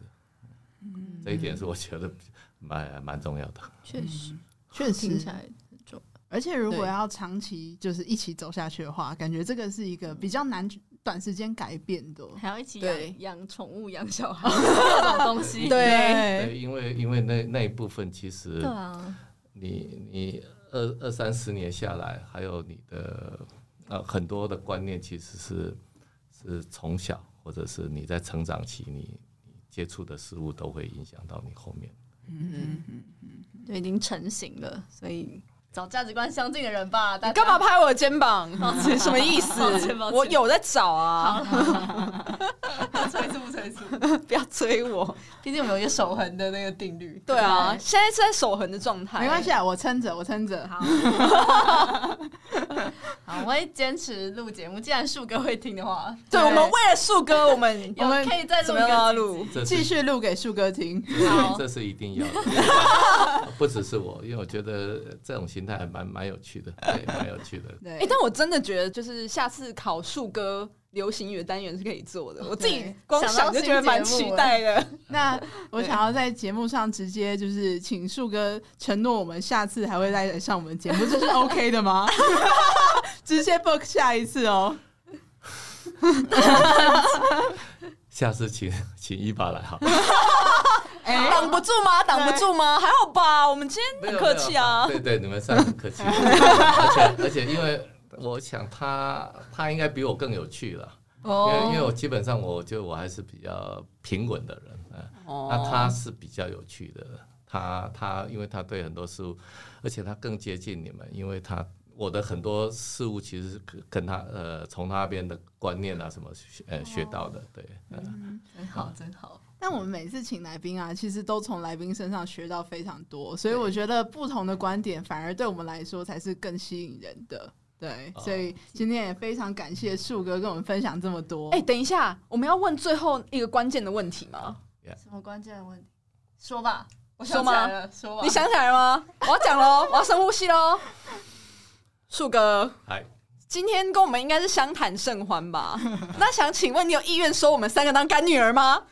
Speaker 4: 嗯、这一点是我觉得蛮蛮重要的。
Speaker 2: 确
Speaker 1: 嗯
Speaker 2: 实
Speaker 3: 确
Speaker 2: 听
Speaker 3: 实
Speaker 2: 起，来很重要。
Speaker 3: 而且如果
Speaker 1: 对
Speaker 3: 要长期就是一起走下去的话，感觉这个是一个比较难短时间改变的。
Speaker 2: 还要一起
Speaker 1: 对
Speaker 2: 养养宠物、养小孩 [laughs] 各种东西。
Speaker 1: [laughs]
Speaker 3: 哎
Speaker 1: 对，
Speaker 4: 对，因为因为那那一部分其实
Speaker 2: 对啊，
Speaker 4: 你你二二三十年下来，还有你的呃很多的观念，其实是是从小或者是你在成长期你你接触的事物都会影响到你后面。
Speaker 2: 就已经成型了，所以找价值观相近的人吧。大
Speaker 1: 你
Speaker 2: 家
Speaker 1: 干嘛？拍我的肩膀？ [laughs] 什么意思
Speaker 2: 抱歉抱？歉
Speaker 1: 我有在找啊，
Speaker 2: 催促催促，
Speaker 1: [laughs] 不要追我。
Speaker 2: [laughs] 毕竟我们有一个守恒的那个定律。
Speaker 1: 对啊，，现在是在守恒的状态，
Speaker 3: 没关系。啊，我撑着，我撑着。
Speaker 2: 好，好，我会坚持录节目。既然树哥会听的话，
Speaker 1: 对，我
Speaker 3: 对
Speaker 1: 们为了树哥，我们 [laughs]
Speaker 2: 有
Speaker 3: 我们
Speaker 2: 可以再录
Speaker 1: 怎么
Speaker 2: 一
Speaker 1: 样都要
Speaker 2: 个
Speaker 1: 录
Speaker 2: 几集？
Speaker 3: [laughs]
Speaker 4: 这
Speaker 3: 继
Speaker 4: 是
Speaker 3: 续录给树哥听。
Speaker 2: 好
Speaker 4: 这是一定要的，不只是我，因为我觉得这种心态还蛮蛮有趣的，对，蛮有趣的。
Speaker 1: 哎、
Speaker 3: 对，
Speaker 1: 但我真的觉得，就是下次考树歌流行语的单元是可以做的。我自己
Speaker 3: 对
Speaker 1: 光
Speaker 2: 想
Speaker 1: 想
Speaker 2: 到
Speaker 1: 就
Speaker 2: 新
Speaker 1: 觉得蛮
Speaker 2: 节目
Speaker 1: 期
Speaker 2: 了
Speaker 1: 待的。
Speaker 3: 那我想要在节目上直接就是请树哥承诺，我们下次还会再来上我们节目，这是 OK 的吗？ [laughs] 直接 book 下一次哦。
Speaker 4: 下次请请伊爸来好，
Speaker 1: [laughs]
Speaker 3: 哎、
Speaker 1: 挡不住吗？挡不住吗？还好吧，我们今天很客气啊
Speaker 4: 没。有没有对对，你们算很客
Speaker 1: [laughs]
Speaker 4: 气，而且而且因为我想他他应该比我更有趣了，
Speaker 2: 哦
Speaker 4: 因
Speaker 1: 哦
Speaker 4: 为因为我基本上我就我还是比较平稳的人，嗯，
Speaker 1: 哦
Speaker 4: 那他是比较有趣的，他他因为他对很多事物，而且他更接近你们，因为他我的很多事物其实是跟跟他呃从他那边的观念啊什么学呃学到的，对，嗯
Speaker 2: 真好，真好。
Speaker 3: 但我们每次请来宾啊，其实都从来宾身上学到非常多，所以我觉得不同的观点反而对我们来说才是更吸引人的。对，
Speaker 4: 哦
Speaker 3: 所以今天也非常感谢树哥跟我们分享这么多。
Speaker 1: 哎、等一下，我们要问最后一个关键的问题吗？
Speaker 2: 什么关键的问题？说吧，我
Speaker 1: 说
Speaker 2: 想起
Speaker 1: 吗
Speaker 2: 来了，
Speaker 3: 啊
Speaker 2: 说吧。。
Speaker 1: 你想起来了吗？我要讲
Speaker 3: [laughs]
Speaker 1: 喽，我要深呼吸喽。树哥，
Speaker 4: 嗨，
Speaker 1: 今天跟我们应该是相谈甚欢
Speaker 3: [laughs]
Speaker 1: 吧？那想请问你有意愿收我们三个当干女儿吗？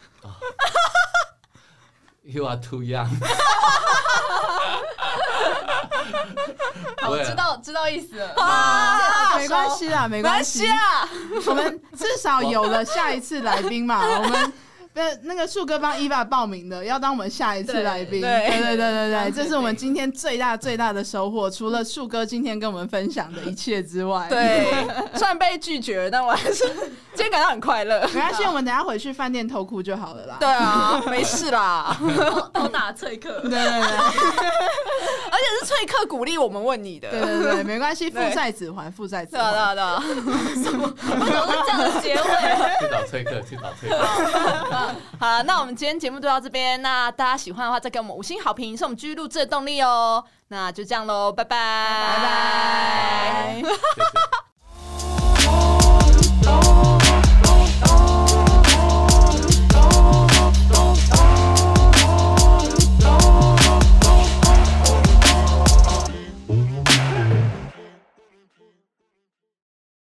Speaker 4: You are too young
Speaker 2: 好，
Speaker 4: 啊
Speaker 2: 知道知道意
Speaker 1: [laughs]
Speaker 2: 思了。
Speaker 1: 啊，
Speaker 3: 没关系啦，没
Speaker 1: 没
Speaker 3: 关
Speaker 1: 关
Speaker 3: 系
Speaker 1: 系，啊。
Speaker 3: 我们至少有了下一次来
Speaker 1: [laughs]
Speaker 3: 宾嘛。我们那那个树哥帮伊爸报名的，要当我们下一次来
Speaker 1: 对
Speaker 3: 宾。对
Speaker 1: 对
Speaker 3: 对对对对，
Speaker 2: 对
Speaker 3: 这是我们今天最大最大的收获，除了树哥今天跟我们分享的一切之外。
Speaker 1: 对，虽然被拒绝了，但我还是今天感到很快乐。
Speaker 3: 没关系，我们等一下回去饭店偷哭就好了啦。
Speaker 1: 对啊， [laughs] 没事啦，
Speaker 2: 好，偷打翠克 [laughs]
Speaker 3: 对。对对
Speaker 1: 而且是翠克鼓励我们问你的。
Speaker 3: 对对对
Speaker 1: [laughs]
Speaker 3: 对，没关系，负
Speaker 1: 对
Speaker 3: 债只还，负债只
Speaker 1: 对啊，对
Speaker 3: 还。
Speaker 1: 啊，对啊。
Speaker 2: 为什么是这样的结尾？
Speaker 4: 去找崔克，去找崔克。
Speaker 1: 好啦，那我们今天节目就到这边。那大家喜欢的话，再给我们五星好评，是我们继续录制的动力哦。那就这样喽，拜拜，
Speaker 3: 拜拜。
Speaker 4: 谢谢。